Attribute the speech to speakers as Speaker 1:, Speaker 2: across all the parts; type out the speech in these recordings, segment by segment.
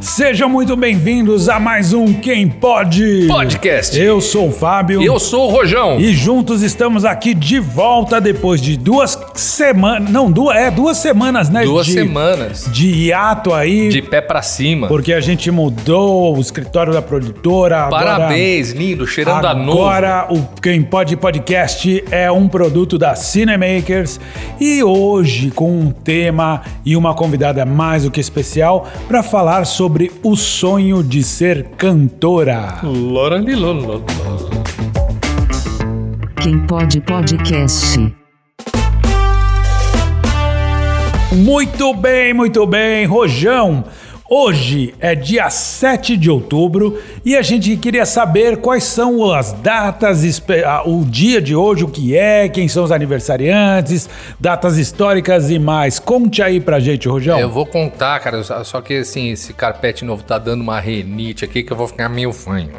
Speaker 1: Sejam muito bem-vindos a mais um Quem Pode
Speaker 2: Podcast.
Speaker 1: Eu sou o Fábio.
Speaker 2: Eu sou o Rojão.
Speaker 1: E juntos estamos aqui de volta depois de duas semanas. Não, duas, é duas semanas, né?
Speaker 2: Duas
Speaker 1: de,
Speaker 2: semanas.
Speaker 1: De hiato aí.
Speaker 2: De pé pra cima.
Speaker 1: Porque a gente mudou o escritório da produtora.
Speaker 2: Parabéns, lindo, cheirando
Speaker 1: agora,
Speaker 2: a novo.
Speaker 1: Agora o Quem Pode Podcast é um produto da Cinemakers. E hoje com um tema e uma convidada mais do que especial para falar sobre o sonho de ser cantora.
Speaker 2: Loralilololol.
Speaker 3: Quem pode podcast.
Speaker 1: Muito bem, muito bem, Rojão. Hoje é dia 7 de outubro e a gente queria saber quais são as datas, espe- ah, o dia de hoje, o que é, quem são os aniversariantes, datas históricas e mais. Conte aí pra gente, Rojão.
Speaker 2: Eu vou contar, cara, só só que assim, esse carpete novo tá dando uma renite aqui que eu vou ficar meio fanho.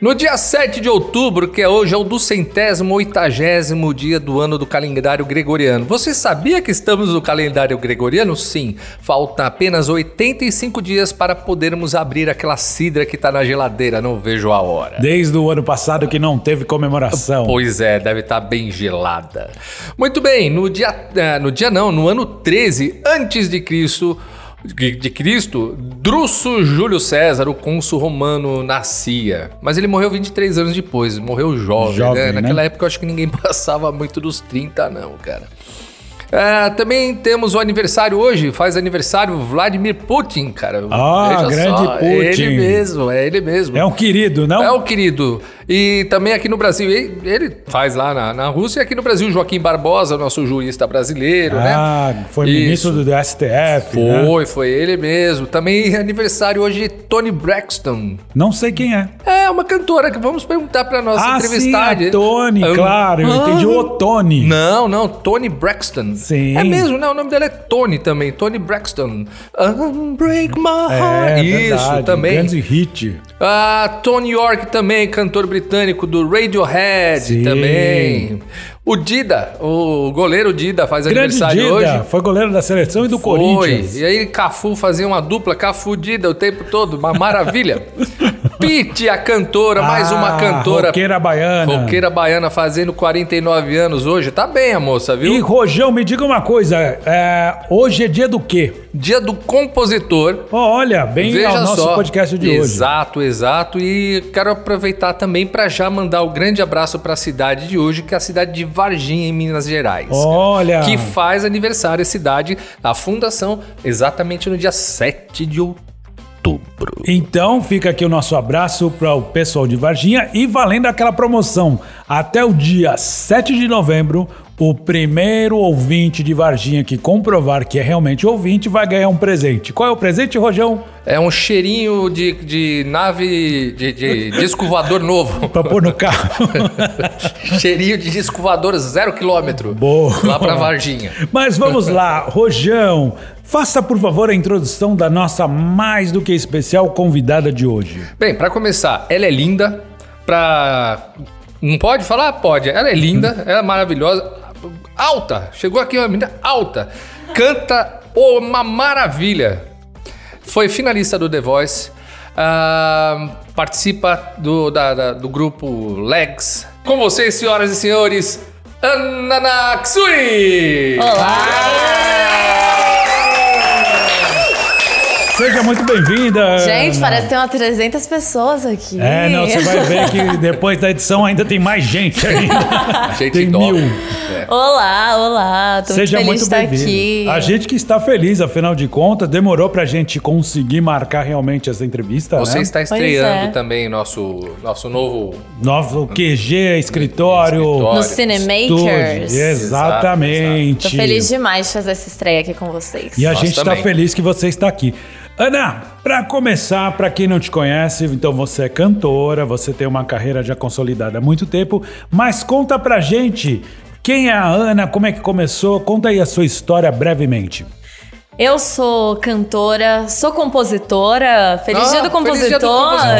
Speaker 2: No dia 7 de outubro, que é hoje, é o duzentésimo oitagésimo dia do ano do calendário gregoriano. Você sabia que estamos no calendário gregoriano? Sim, falta apenas 85 dias para podermos abrir aquela cidra que tá na geladeira, não vejo a hora.
Speaker 1: Desde o ano passado que não teve comemoração.
Speaker 2: Pois é, deve estar bem gelada. Muito bem, no dia, eh, no dia não, no ano 13 antes de Cristo, de de Cristo, Druso Júlio César, o cônsul romano, nascia. Mas ele morreu 23 anos depois, morreu jovem,
Speaker 1: Jovem,
Speaker 2: né?
Speaker 1: né?
Speaker 2: Naquela época eu acho que ninguém passava muito dos 30 não, cara. Eh, também temos o aniversário hoje, faz aniversário Vladimir Putin, cara.
Speaker 1: Ah,
Speaker 2: Veja
Speaker 1: grande
Speaker 2: só, é
Speaker 1: Putin.
Speaker 2: Ele mesmo, é ele mesmo.
Speaker 1: É um querido, não?
Speaker 2: É o querido. E também aqui no Brasil, ele, ele faz lá na, na Rússia, e aqui no Brasil, Joaquim Barbosa, nosso jurista brasileiro,
Speaker 1: ah,
Speaker 2: né?
Speaker 1: foi
Speaker 2: Isso.
Speaker 1: ministro do STF. né?
Speaker 2: Foi, foi ele mesmo. Também aniversário hoje de Tony Braxton.
Speaker 1: Não sei quem é.
Speaker 2: É, uma cantora que vamos perguntar pra nossa
Speaker 1: ah, sim, a
Speaker 2: entrevistada.
Speaker 1: Tony,
Speaker 2: Ah,
Speaker 1: claro. Eu entendi o Tony.
Speaker 2: Não, não, Tony Braxton.
Speaker 1: Sim.
Speaker 2: É mesmo, não, o nome dela é Tony também, Tony Braxton. Unbreak my heart.
Speaker 1: É,
Speaker 2: Ah, Isso,
Speaker 1: verdade,
Speaker 2: também.
Speaker 1: Grande hit.
Speaker 2: Ah, Tony York também, cantor britânico do Radiohead
Speaker 1: Sim.
Speaker 2: também. O Dida, o goleiro Dida faz
Speaker 1: Grande
Speaker 2: aniversário
Speaker 1: Dida,
Speaker 2: hoje.
Speaker 1: foi goleiro da seleção e do
Speaker 2: Foi.
Speaker 1: Corinthians.
Speaker 2: E aí Cafu fazia uma dupla Cafu Dida o tempo todo, uma maravilha. Pete, a cantora, mais uma
Speaker 1: Ah,
Speaker 2: cantora.
Speaker 1: Roqueira baiana.
Speaker 2: Roqueira baiana fazendo 49 anos hoje. Tá bem a moça, viu?
Speaker 1: E Rojão, me diga uma coisa, é, hoje é dia do quê?
Speaker 2: Dia do compositor.
Speaker 1: Ó, olha, bem ao nosso podcast de hoje.
Speaker 2: exato, exato. E quero aproveitar também para já mandar um grande abraço para a cidade de hoje, que é a cidade de Varginha, em Minas Gerais.
Speaker 1: Olha.
Speaker 2: Que faz aniversário a cidade, a fundação, exatamente no dia 7 de outubro.
Speaker 1: Então fica aqui o nosso abraço para o pessoal de Varginha e valendo aquela promoção. Até o dia 7 de novembro, o primeiro ouvinte de Varginha que comprovar que é realmente ouvinte vai ganhar um presente. Qual é o presente, Rojão?
Speaker 2: É um cheirinho de, de nave, de, de disco voador novo.
Speaker 1: Pra pôr no carro.
Speaker 2: cheirinho de disco voador zero quilômetro.
Speaker 1: Boa.
Speaker 2: Lá para Varginha.
Speaker 1: Mas vamos lá, Rojão, faça por favor a introdução da nossa mais do que especial convidada de hoje.
Speaker 2: Bem, pra começar, ela é linda. Pra. Não pode falar? Pode. Ela é linda,
Speaker 1: Uhum.
Speaker 2: ela é maravilhosa. Alta! Chegou aqui uma menina alta. Canta uma maravilha. Foi finalista do The Voice. ah, participa do, da- da- do grupo Legs. Com vocês, senhoras e senhores, Ananaksui!
Speaker 1: Seja muito bem-vinda.
Speaker 4: Gente, parece que tem umas 300 pessoas aqui.
Speaker 1: É, não, você vai ver que depois da edição ainda tem mais gente ainda.
Speaker 2: A gente
Speaker 1: Tem
Speaker 2: dobra.
Speaker 1: mil.
Speaker 2: É.
Speaker 4: Olá, olá. Tô
Speaker 1: Seja
Speaker 4: muito
Speaker 1: muito
Speaker 4: feliz de estar aqui.
Speaker 1: bem-vinda. A gente que está feliz, afinal de contas, demorou pra gente conseguir marcar realmente essa entrevista,
Speaker 2: Você
Speaker 1: né?
Speaker 2: está
Speaker 4: Pois
Speaker 2: estreando
Speaker 4: é.
Speaker 2: também nosso, nosso novo
Speaker 1: Novo QG, escritório,
Speaker 2: Escritório.
Speaker 4: No
Speaker 1: estúdio.
Speaker 4: Cinemakers.
Speaker 1: Exatamente.
Speaker 4: Tô feliz demais de fazer essa estreia aqui com vocês.
Speaker 1: E a
Speaker 2: Nós
Speaker 1: gente está
Speaker 2: também.
Speaker 1: feliz que você está aqui. Ana, para começar, para quem não te conhece, então você é cantora, você tem uma carreira já consolidada há muito tempo, mas conta pra gente quem é a Ana, como é que começou, conta aí a sua história brevemente.
Speaker 4: Eu sou cantora, sou compositora. Feliz
Speaker 2: Ah,
Speaker 4: dia do
Speaker 2: feliz dia do
Speaker 4: compositor.
Speaker 2: compositor.
Speaker 1: Ah,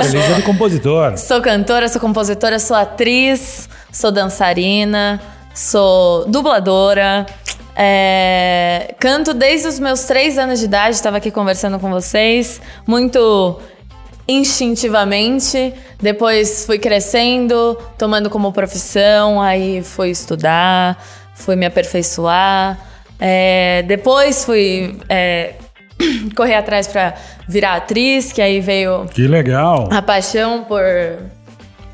Speaker 1: feliz dia do compositor.
Speaker 4: sou cantora, sou compositora, sou atriz, sou dançarina, sou dubladora. É, canto desde os meus três anos de idade, estava aqui conversando com vocês, muito instintivamente. Depois fui crescendo, tomando como profissão, aí fui estudar, fui me aperfeiçoar. É, depois fui é, correr atrás para virar atriz, que aí veio
Speaker 1: Que legal.
Speaker 4: a paixão por.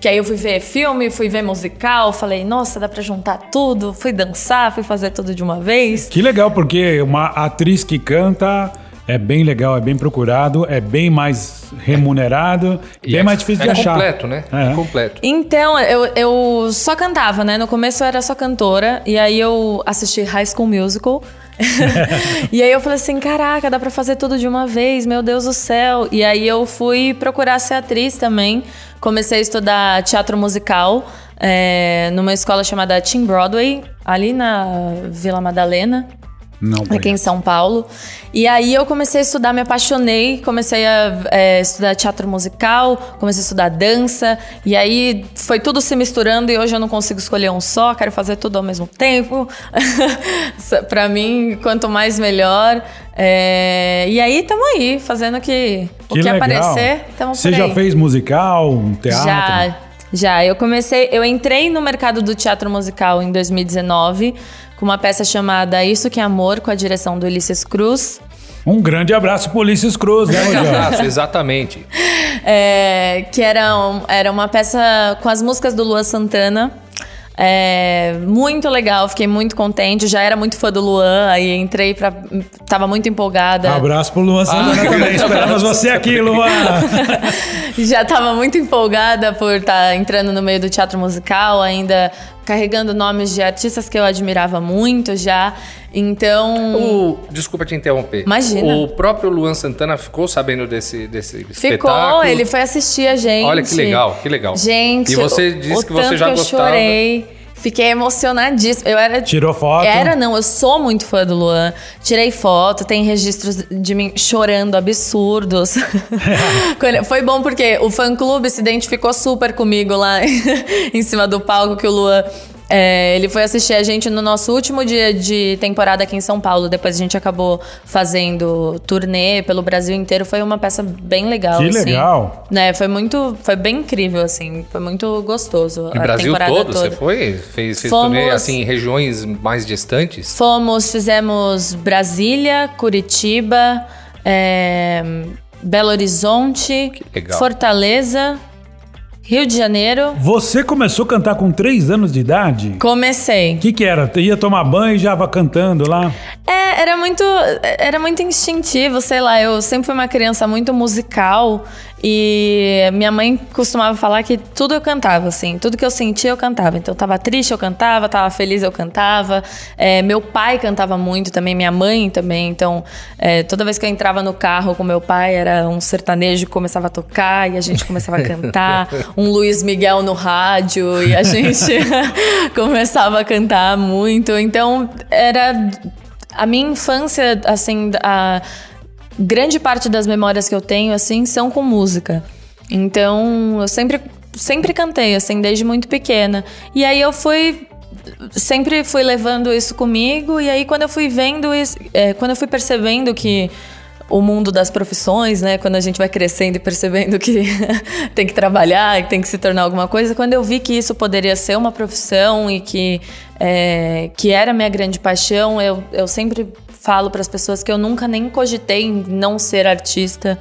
Speaker 4: Que aí eu fui ver filme, fui ver musical, falei, nossa, dá pra juntar tudo. Fui dançar, fui fazer tudo de uma vez.
Speaker 1: Que legal, porque uma atriz que canta é bem legal, é bem procurado, é bem mais remunerado,
Speaker 2: E
Speaker 1: bem mais difícil
Speaker 2: é
Speaker 1: de achar.
Speaker 2: completo, né?
Speaker 1: É.
Speaker 2: É completo.
Speaker 4: Então, eu, eu só cantava, né? No começo eu era só cantora, e aí eu assisti High School Musical. e aí eu falei assim, caraca, dá pra fazer tudo de uma vez, meu Deus do céu. E aí eu fui procurar ser atriz também. Comecei a estudar teatro musical é, numa escola chamada Team Broadway, ali na Vila Madalena.
Speaker 1: Não,
Speaker 4: aqui em São Paulo. E aí eu comecei a estudar, me apaixonei, comecei a é, estudar teatro musical, comecei a estudar dança, e aí foi tudo se misturando e hoje eu não consigo escolher um só, quero fazer tudo ao mesmo tempo. pra mim, quanto mais melhor. É, e aí estamos aí, fazendo que, o que aparecer, estamos por
Speaker 1: Você
Speaker 4: aí.
Speaker 1: já fez musical, um teatro?
Speaker 4: Já, já. Eu comecei, eu entrei no mercado do teatro musical em 2019 com uma peça chamada Isso que é Amor, com a direção do Ulisses Cruz.
Speaker 1: Um grande abraço, Polícias Cruz, né,
Speaker 2: Grande
Speaker 1: Rogério?
Speaker 2: Um abraço, exatamente.
Speaker 4: É, que era, um- era uma peça com as músicas do Luan Santana. É, muito legal, fiquei muito contente. Já era muito fã do Luan, aí entrei pra. Tava muito empolgada.
Speaker 1: Abraço pro Luan Santana
Speaker 2: Ah,
Speaker 1: também.
Speaker 2: grande
Speaker 1: Esperamos
Speaker 2: abraço
Speaker 1: você aqui, Luan.
Speaker 4: Já tava muito empolgada por estar entrando no meio do teatro musical, ainda carregando nomes de artistas que eu admirava muito já. Então.
Speaker 2: O, desculpa te interromper.
Speaker 4: Imagina.
Speaker 2: O próprio Luan Santana ficou sabendo desse, desse
Speaker 4: Ficou,
Speaker 2: espetáculo.
Speaker 4: ele foi assistir a gente.
Speaker 2: Olha que legal, que legal.
Speaker 4: Gente,
Speaker 2: E você
Speaker 4: o-
Speaker 2: disse
Speaker 4: o
Speaker 2: que você
Speaker 4: tanto
Speaker 2: já
Speaker 4: que eu
Speaker 2: gostava.
Speaker 4: chorei. Fiquei emocionadíssima. Eu era
Speaker 1: Tirou foto.
Speaker 4: Era não, eu sou muito fã do Luan. Tirei foto, tem registros de mim chorando absurdos. Quando- Foi bom porque o fã clube se identificou super comigo lá em cima do palco que o Luan. é, ele foi assistir a gente no nosso último dia de temporada aqui em São Paulo. Depois a gente acabou fazendo turnê pelo Brasil inteiro. Foi uma peça bem legal.
Speaker 1: Que
Speaker 4: assim.
Speaker 1: legal.
Speaker 4: Né, foi muito. Foi bem incrível, assim. Foi muito gostoso.
Speaker 2: No
Speaker 4: a
Speaker 2: Brasil
Speaker 4: temporada
Speaker 2: todo,
Speaker 4: toda.
Speaker 2: você foi? Fez, fez
Speaker 4: Fomos-
Speaker 2: turnê assim, em regiões mais distantes?
Speaker 4: Fomos, fizemos Brasília, Curitiba, é, Belo Horizonte,
Speaker 2: legal.
Speaker 4: Fortaleza, Rio de Janeiro.
Speaker 1: Você começou a cantar com 3 anos de idade?
Speaker 4: Comecei.
Speaker 1: O que, que era? Ia tomar banho e já vai cantando lá?
Speaker 4: É, era muito, era muito instintivo, sei lá. Eu sempre fui uma criança muito musical e minha mãe costumava falar que tudo eu cantava, assim, tudo que eu sentia eu cantava. Então, eu tava triste eu cantava, tava feliz eu cantava. É, meu pai cantava muito também, minha mãe também. Então, é, toda vez que eu entrava no carro com meu pai era um sertanejo que começava a tocar e a gente começava a cantar, um Luiz Miguel no rádio e a gente começava a cantar muito. Então, era a minha infância, assim, a grande parte das memórias que eu tenho, assim, são com música. Então, eu sempre, sempre cantei, assim, desde muito pequena. E aí eu fui. Sempre fui levando isso comigo, e aí quando eu fui vendo isso. é, quando eu fui percebendo que o mundo das profissões, né? Quando a gente vai crescendo e percebendo que tem que trabalhar, que tem que se tornar alguma coisa. Quando eu vi que isso poderia ser uma profissão e que, é, que era a minha grande paixão, eu, eu sempre falo para as pessoas que eu nunca nem cogitei em não ser artista.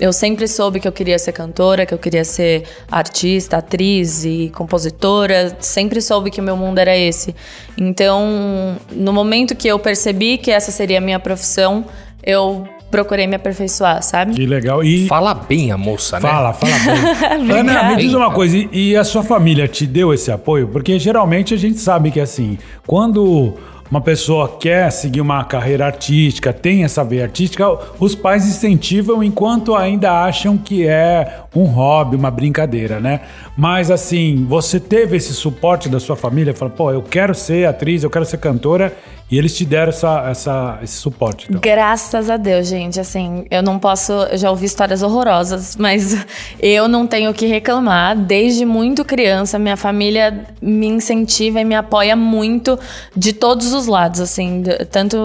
Speaker 4: Eu sempre soube que eu queria ser cantora, que eu queria ser artista, atriz e compositora. Sempre soube que o meu mundo era esse. Então, no momento que eu percebi que essa seria a minha profissão, eu procurei me aperfeiçoar, sabe?
Speaker 1: Que legal. E
Speaker 2: Fala bem a moça, né?
Speaker 1: fala, fala. bem. Ana, me diz uma coisa. E, e a sua família te deu esse apoio? Porque geralmente a gente sabe que assim, quando uma pessoa quer seguir uma carreira artística, tem essa veia artística, os pais incentivam enquanto ainda acham que é um hobby, uma brincadeira, né? Mas assim, você teve esse suporte da sua família? Fala, pô, eu quero ser atriz, eu quero ser cantora. E eles te deram essa, essa, esse suporte. Então.
Speaker 4: Graças a Deus, gente. Assim, eu não posso. Eu já ouvi histórias horrorosas, mas eu não tenho o que reclamar. Desde muito criança, minha família me incentiva e me apoia muito de todos os lados, assim, de- tanto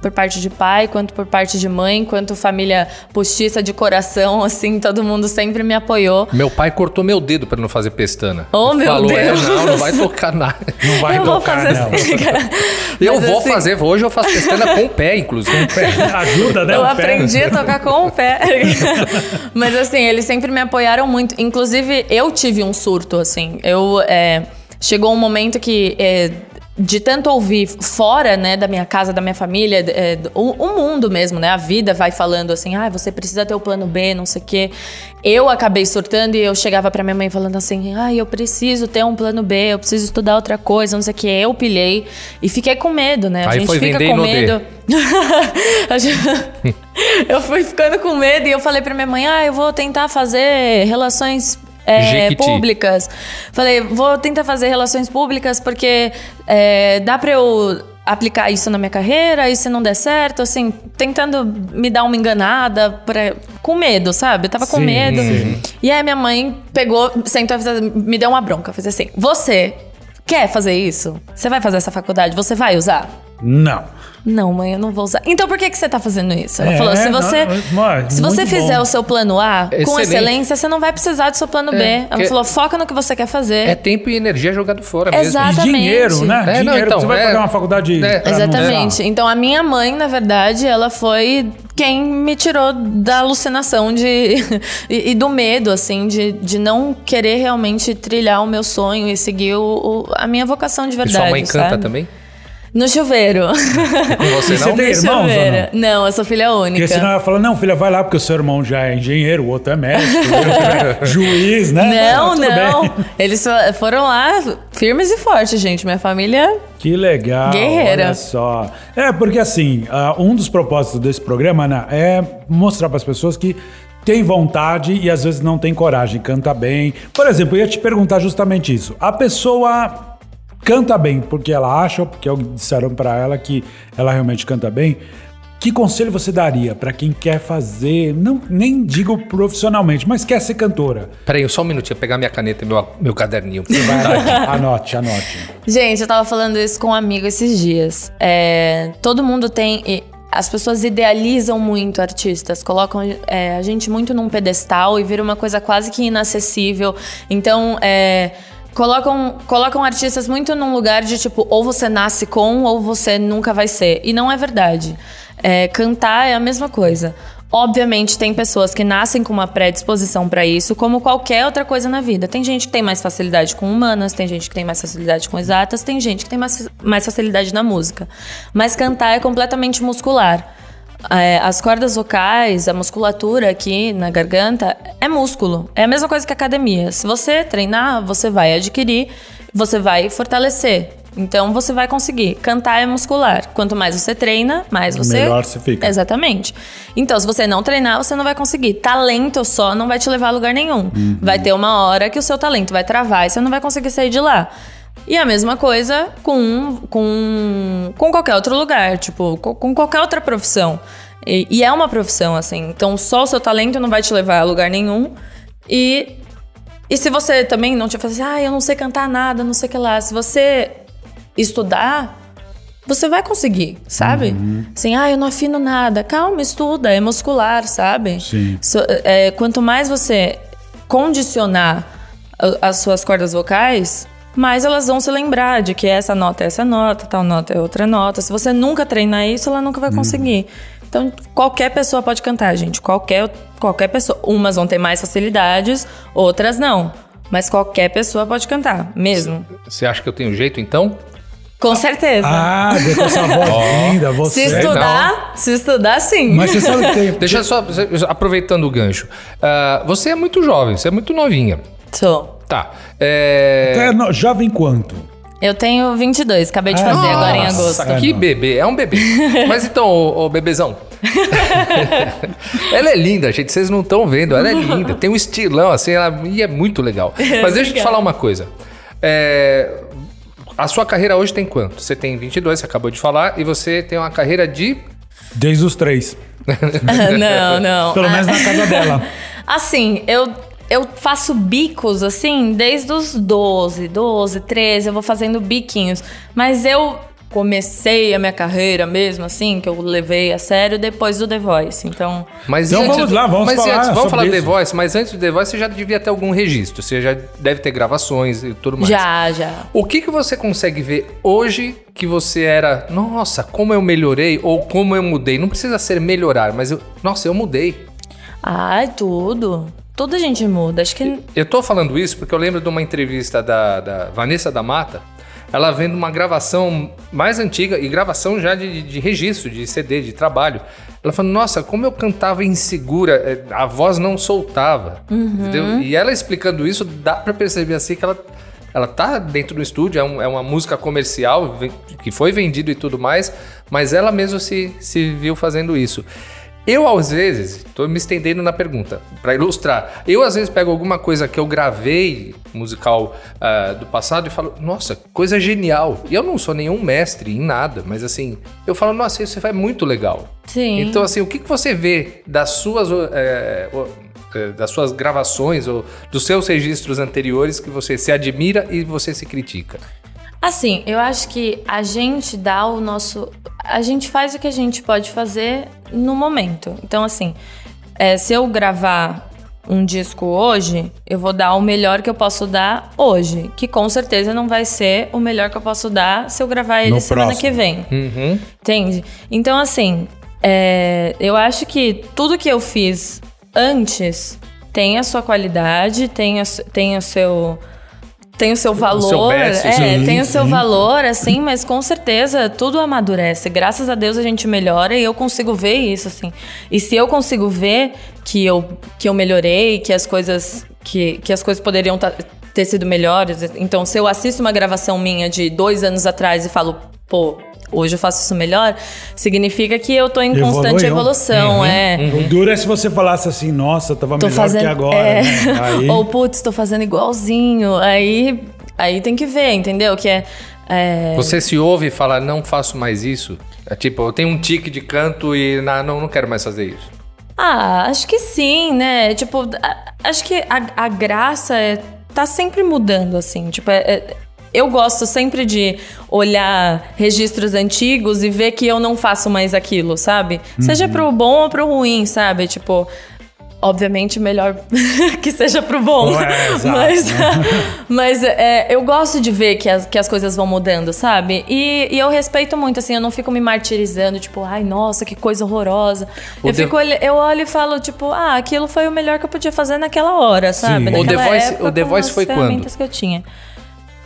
Speaker 4: por parte de pai, quanto por parte de mãe, quanto família postiça de coração, assim, todo mundo sempre me apoiou.
Speaker 2: Meu pai cortou meu dedo pra não fazer pestana.
Speaker 4: Oh,
Speaker 2: Ele
Speaker 4: meu
Speaker 2: falou,
Speaker 4: Deus.
Speaker 2: É, não, não vai tocar nada.
Speaker 1: Não vai
Speaker 4: eu vou
Speaker 1: tocar,
Speaker 4: fazer
Speaker 1: não.
Speaker 4: assim, cara.
Speaker 2: Eu
Speaker 4: Mas,
Speaker 2: vou
Speaker 4: assim,
Speaker 2: fazer, hoje eu faço pestana com o pé, inclusive.
Speaker 1: Ajuda, né?
Speaker 4: Eu
Speaker 1: o pé.
Speaker 4: aprendi a tocar com o pé. um Mas assim, eles sempre me apoiaram muito. Inclusive, eu tive um surto, assim. Eu. é, chegou um momento que. é, de tanto ouvir fora, né, da minha casa, da minha família, é, do- o, o mundo mesmo, né, a vida vai falando assim, ah, você precisa ter o plano B, não sei o quê. Eu acabei surtando e eu chegava pra minha mãe falando assim, ah, eu preciso ter um plano B, eu preciso estudar outra coisa, não sei o quê. Eu pilhei e fiquei com medo, né? a
Speaker 2: Aí
Speaker 4: gente
Speaker 2: foi
Speaker 4: fica
Speaker 2: vender
Speaker 4: com
Speaker 2: e não dê.
Speaker 4: medo. A gente- eu fui ficando com medo e eu falei pra minha mãe: ah, eu vou tentar fazer relações. é,
Speaker 2: Jequiti.
Speaker 4: públicas. Falei, vou tentar fazer relações públicas porque é, dá pra eu aplicar isso na minha carreira e se não der certo, assim, tentando me dar uma enganada, pra- com medo, sabe? Eu tava com
Speaker 1: Sim,
Speaker 4: medo.
Speaker 1: sim.
Speaker 4: E aí minha mãe pegou, sentou, e fez- me deu uma bronca, fez assim: você quer fazer isso? Você vai fazer essa faculdade? Você vai usar?
Speaker 1: Não.
Speaker 4: Não, mãe, eu não vou usar. Então por que, que você tá fazendo isso? Ela
Speaker 1: É,
Speaker 4: falou: se
Speaker 1: não,
Speaker 4: você,
Speaker 1: mãe,
Speaker 4: se
Speaker 1: muito
Speaker 4: você fizer
Speaker 1: bom.
Speaker 4: o seu plano A com
Speaker 2: Excelente.
Speaker 4: excelência, você não vai precisar do seu plano B. Ela
Speaker 2: que-
Speaker 4: falou: foca no que você quer fazer.
Speaker 2: É tempo e energia jogado fora
Speaker 4: Exato.
Speaker 2: mesmo.
Speaker 1: E
Speaker 4: Exatamente.
Speaker 1: dinheiro, né?
Speaker 2: É, não,
Speaker 1: dinheiro. porque
Speaker 2: então,
Speaker 1: você vai
Speaker 2: é.
Speaker 1: pagar uma faculdade.
Speaker 2: É.
Speaker 1: pra não
Speaker 4: Exatamente.
Speaker 1: usar.
Speaker 4: Então a minha mãe, na verdade, ela foi quem me tirou da alucinação de e, e do medo, assim, de, de não querer realmente trilhar o meu sonho e seguir o- o- a minha vocação de
Speaker 2: E
Speaker 4: verdade.
Speaker 2: sua mãe canta
Speaker 4: sabe?
Speaker 2: também?
Speaker 4: No chuveiro.
Speaker 2: Com você
Speaker 1: E
Speaker 2: não?
Speaker 1: você tem-
Speaker 4: No
Speaker 1: irmãos ou não?
Speaker 4: chuveiro. Não, eu sou filha única.
Speaker 1: Porque senão ela fala, não, filha, vai lá, porque o seu irmão já é engenheiro, o outro é médico, o outro é juiz, né?
Speaker 4: Não,
Speaker 1: Tudo
Speaker 4: não.
Speaker 1: bem.
Speaker 4: Eles fo- foram lá firmes e fortes, gente. Minha família.
Speaker 1: Que legal.
Speaker 4: Guerreira.
Speaker 1: Olha só. É, porque assim, ah, um dos propósitos desse programa, Ana, é mostrar para as pessoas que tem vontade e às vezes não tem coragem, canta bem. Por exemplo, eu ia te perguntar justamente isso. A pessoa canta bem porque ela acha, ou porque disseram para ela que ela realmente canta bem. Que conselho você daria para quem quer fazer, não nem digo profissionalmente, mas quer ser cantora?
Speaker 2: Peraí, só um minutinho, pegar minha caneta e meu, meu caderninho. Vai lá.
Speaker 1: anote, anote.
Speaker 4: Gente, eu tava falando isso com um amigo esses dias. É, todo mundo tem. e As pessoas idealizam muito artistas, colocam é, a gente muito num pedestal e vira uma coisa quase que inacessível. Então, é, colocam, colocam artistas muito num lugar de tipo, ou você nasce com, ou você nunca vai ser. E não é verdade. É, cantar é a mesma coisa. Obviamente, tem pessoas que nascem com uma predisposição para isso, como qualquer outra coisa na vida. Tem gente que tem mais facilidade com humanas, tem gente que tem mais facilidade com exatas, tem gente que tem mais, mais facilidade na música. Mas cantar é completamente muscular. É, as cordas vocais, a musculatura aqui na garganta, é músculo. É a mesma coisa que academia. Se você treinar, você vai adquirir, você vai fortalecer. Então você vai conseguir. Cantar é muscular. Quanto mais você treina, mais você.
Speaker 1: Melhor você fica.
Speaker 4: Exatamente. Exatamente. Então, se você não treinar, você não vai conseguir. Talento só não vai te levar a lugar nenhum.
Speaker 1: Uhum.
Speaker 4: Vai ter uma hora que o seu talento vai travar e você não vai conseguir sair de lá. E a mesma coisa com, com, com qualquer outro lugar, tipo, co- com, qualquer outra profissão. E, e é uma profissão, assim. Então, só o seu talento não vai te levar a lugar nenhum. E, e se você também não te fazer, ah, eu não sei cantar nada, não sei o que lá. Se você estudar, você vai conseguir, sabe? Assim, ah, eu não afino nada. Calma, estuda, é muscular, sabe?
Speaker 1: Sim.
Speaker 4: So- é, quanto mais você condicionar a- as suas cordas vocais, mais elas vão se lembrar de que essa nota é essa nota, tal nota é outra nota. Se você nunca treinar isso, ela nunca vai conseguir. Então, qualquer pessoa pode cantar, gente. Qualquer, qualquer pessoa. Umas vão ter mais facilidades, outras não. Mas qualquer pessoa pode cantar, mesmo.
Speaker 2: Você acha que eu tenho jeito, então?
Speaker 4: Com certeza.
Speaker 1: Ah, com essa voz linda,
Speaker 4: Se
Speaker 1: você.
Speaker 4: estudar, se estudar, sim.
Speaker 1: Mas você sabe que tem,
Speaker 2: Deixa eu só, aproveitando o gancho. Ah, você é muito jovem, você é muito novinha.
Speaker 4: Sou.
Speaker 2: Tá. É...
Speaker 1: É, no- jovem quanto?
Speaker 4: Eu tenho 22, acabei de
Speaker 1: Ah,
Speaker 4: fazer agora em
Speaker 2: Nossa,
Speaker 4: agosto.
Speaker 1: agosto.
Speaker 2: Que bebê, é um bebê. Mas então, ô, ô, bebezão. ela é linda, gente. Vocês não estão vendo. Ela é linda, tem um estilão assim, ela e é muito legal. Mas deixa eu te falar uma coisa. É, A sua carreira hoje tem quanto? Você tem 22, você acabou de falar, e você tem uma carreira de.
Speaker 1: Desde os três.
Speaker 4: não, não.
Speaker 2: é.
Speaker 1: Pelo
Speaker 4: Ah,
Speaker 1: menos na casa dela.
Speaker 4: Assim, eu, eu faço bicos, assim, desde os 12, 12, 13, eu vou fazendo biquinhos. Mas eu comecei a minha carreira mesmo, assim, que eu levei a sério depois do The Voice. Então,
Speaker 2: Mas
Speaker 1: Então
Speaker 2: e antes
Speaker 1: vamos
Speaker 2: do-
Speaker 1: lá, vamos
Speaker 2: mas e
Speaker 1: falar
Speaker 2: antes- vamos
Speaker 1: sobre
Speaker 2: falar do The
Speaker 1: isso.
Speaker 2: Voice, mas antes do The Voice você já devia ter algum registro, você já deve ter gravações e tudo mais.
Speaker 4: já, já.
Speaker 2: O que, que você consegue ver hoje que você era, nossa, como eu melhorei ou como eu mudei? Não precisa ser melhorar, mas eu, nossa, eu mudei.
Speaker 4: Ai, tudo. Tudo a gente muda. Acho que.
Speaker 2: Eu tô falando isso porque eu lembro de uma entrevista da, da Vanessa da Mata, ela vendo uma gravação mais antiga e gravação já de, de registro, de CD, de trabalho. Ela falou, nossa, como eu cantava insegura, eh, a voz não soltava. Entendeu? E ela explicando isso, dá pra perceber assim que ela, ela tá dentro do estúdio, é, um- é uma música comercial ve- que foi vendida e tudo mais, mas ela mesma se, se viu fazendo isso. Eu, às vezes, tô me estendendo na pergunta, para ilustrar. Eu, às vezes, pego alguma coisa que eu gravei, musical ah, do passado, e falo, nossa, coisa genial. E eu não sou nenhum mestre em nada, mas assim, eu falo, nossa, isso é muito legal.
Speaker 4: Sim.
Speaker 2: Então, assim, o que, que você vê das suas, eh, o- eh, das suas gravações ou dos seus registros anteriores que você se admira e você se critica?
Speaker 4: Assim, eu acho que a gente dá o nosso. A gente faz o que a gente pode fazer no momento. Então, assim, é, se eu gravar um disco hoje, eu vou dar o melhor que eu posso dar hoje. Que com certeza não vai ser o melhor que eu posso dar se eu gravar ele
Speaker 1: No
Speaker 4: semana
Speaker 1: próximo.
Speaker 4: que vem.
Speaker 2: Uhum.
Speaker 4: Entende? Então, assim, é, eu acho que tudo que eu fiz antes tem a sua qualidade, tem, a s- tem o seu. Tem o seu valor.
Speaker 2: best,
Speaker 4: é,
Speaker 1: sim,
Speaker 4: tem o seu
Speaker 1: sim.
Speaker 4: valor, assim, mas com certeza tudo amadurece. Graças a Deus a gente melhora e eu consigo ver isso, assim. E se eu consigo ver que eu, que eu melhorei, que as coisas. Que, que as coisas poderiam ta- ter sido melhores. Então, se eu assisto uma gravação minha de dois anos atrás e falo, pô, hoje eu faço isso melhor, significa que eu tô em constante
Speaker 1: Evoluiu.
Speaker 4: evolução,
Speaker 1: Uhum,
Speaker 4: é.
Speaker 1: O duro é se você falasse assim, nossa, tava
Speaker 4: Tô
Speaker 1: melhor
Speaker 4: fazendo.
Speaker 1: que agora.
Speaker 4: é.
Speaker 1: né? Aí,
Speaker 4: Ou, putz, tô fazendo igualzinho. Aí, aí tem que ver, entendeu? Que é. é,
Speaker 2: Você se ouve e fala, não faço mais isso? É tipo, eu tenho um tique de canto e na- não, não quero mais fazer isso.
Speaker 4: Ah, acho que sim, né? Tipo, a- acho que a, a graça é, tá sempre mudando, assim. Tipo, é- é- eu gosto sempre de olhar registros antigos e ver que eu não faço mais aquilo, sabe? Seja
Speaker 1: Uhum.
Speaker 4: pro bom ou pro ruim, sabe? Tipo, obviamente melhor que seja pro bom.
Speaker 1: É, exato.
Speaker 4: mas mas é, eu gosto de ver que as, que as coisas vão mudando, sabe? E, e eu respeito muito, assim, eu não fico me martirizando, tipo, ai, nossa, que coisa horrorosa.
Speaker 2: O
Speaker 4: eu,
Speaker 2: The-
Speaker 4: fico, olhe- eu olho e falo, tipo, ah, aquilo foi o melhor que eu podia fazer naquela hora, sabe?
Speaker 1: O
Speaker 4: Naquela
Speaker 2: The Voice-
Speaker 4: época,
Speaker 2: o The
Speaker 4: com
Speaker 2: Voice
Speaker 4: as
Speaker 2: foi quando?
Speaker 4: ferramentas que eu tinha.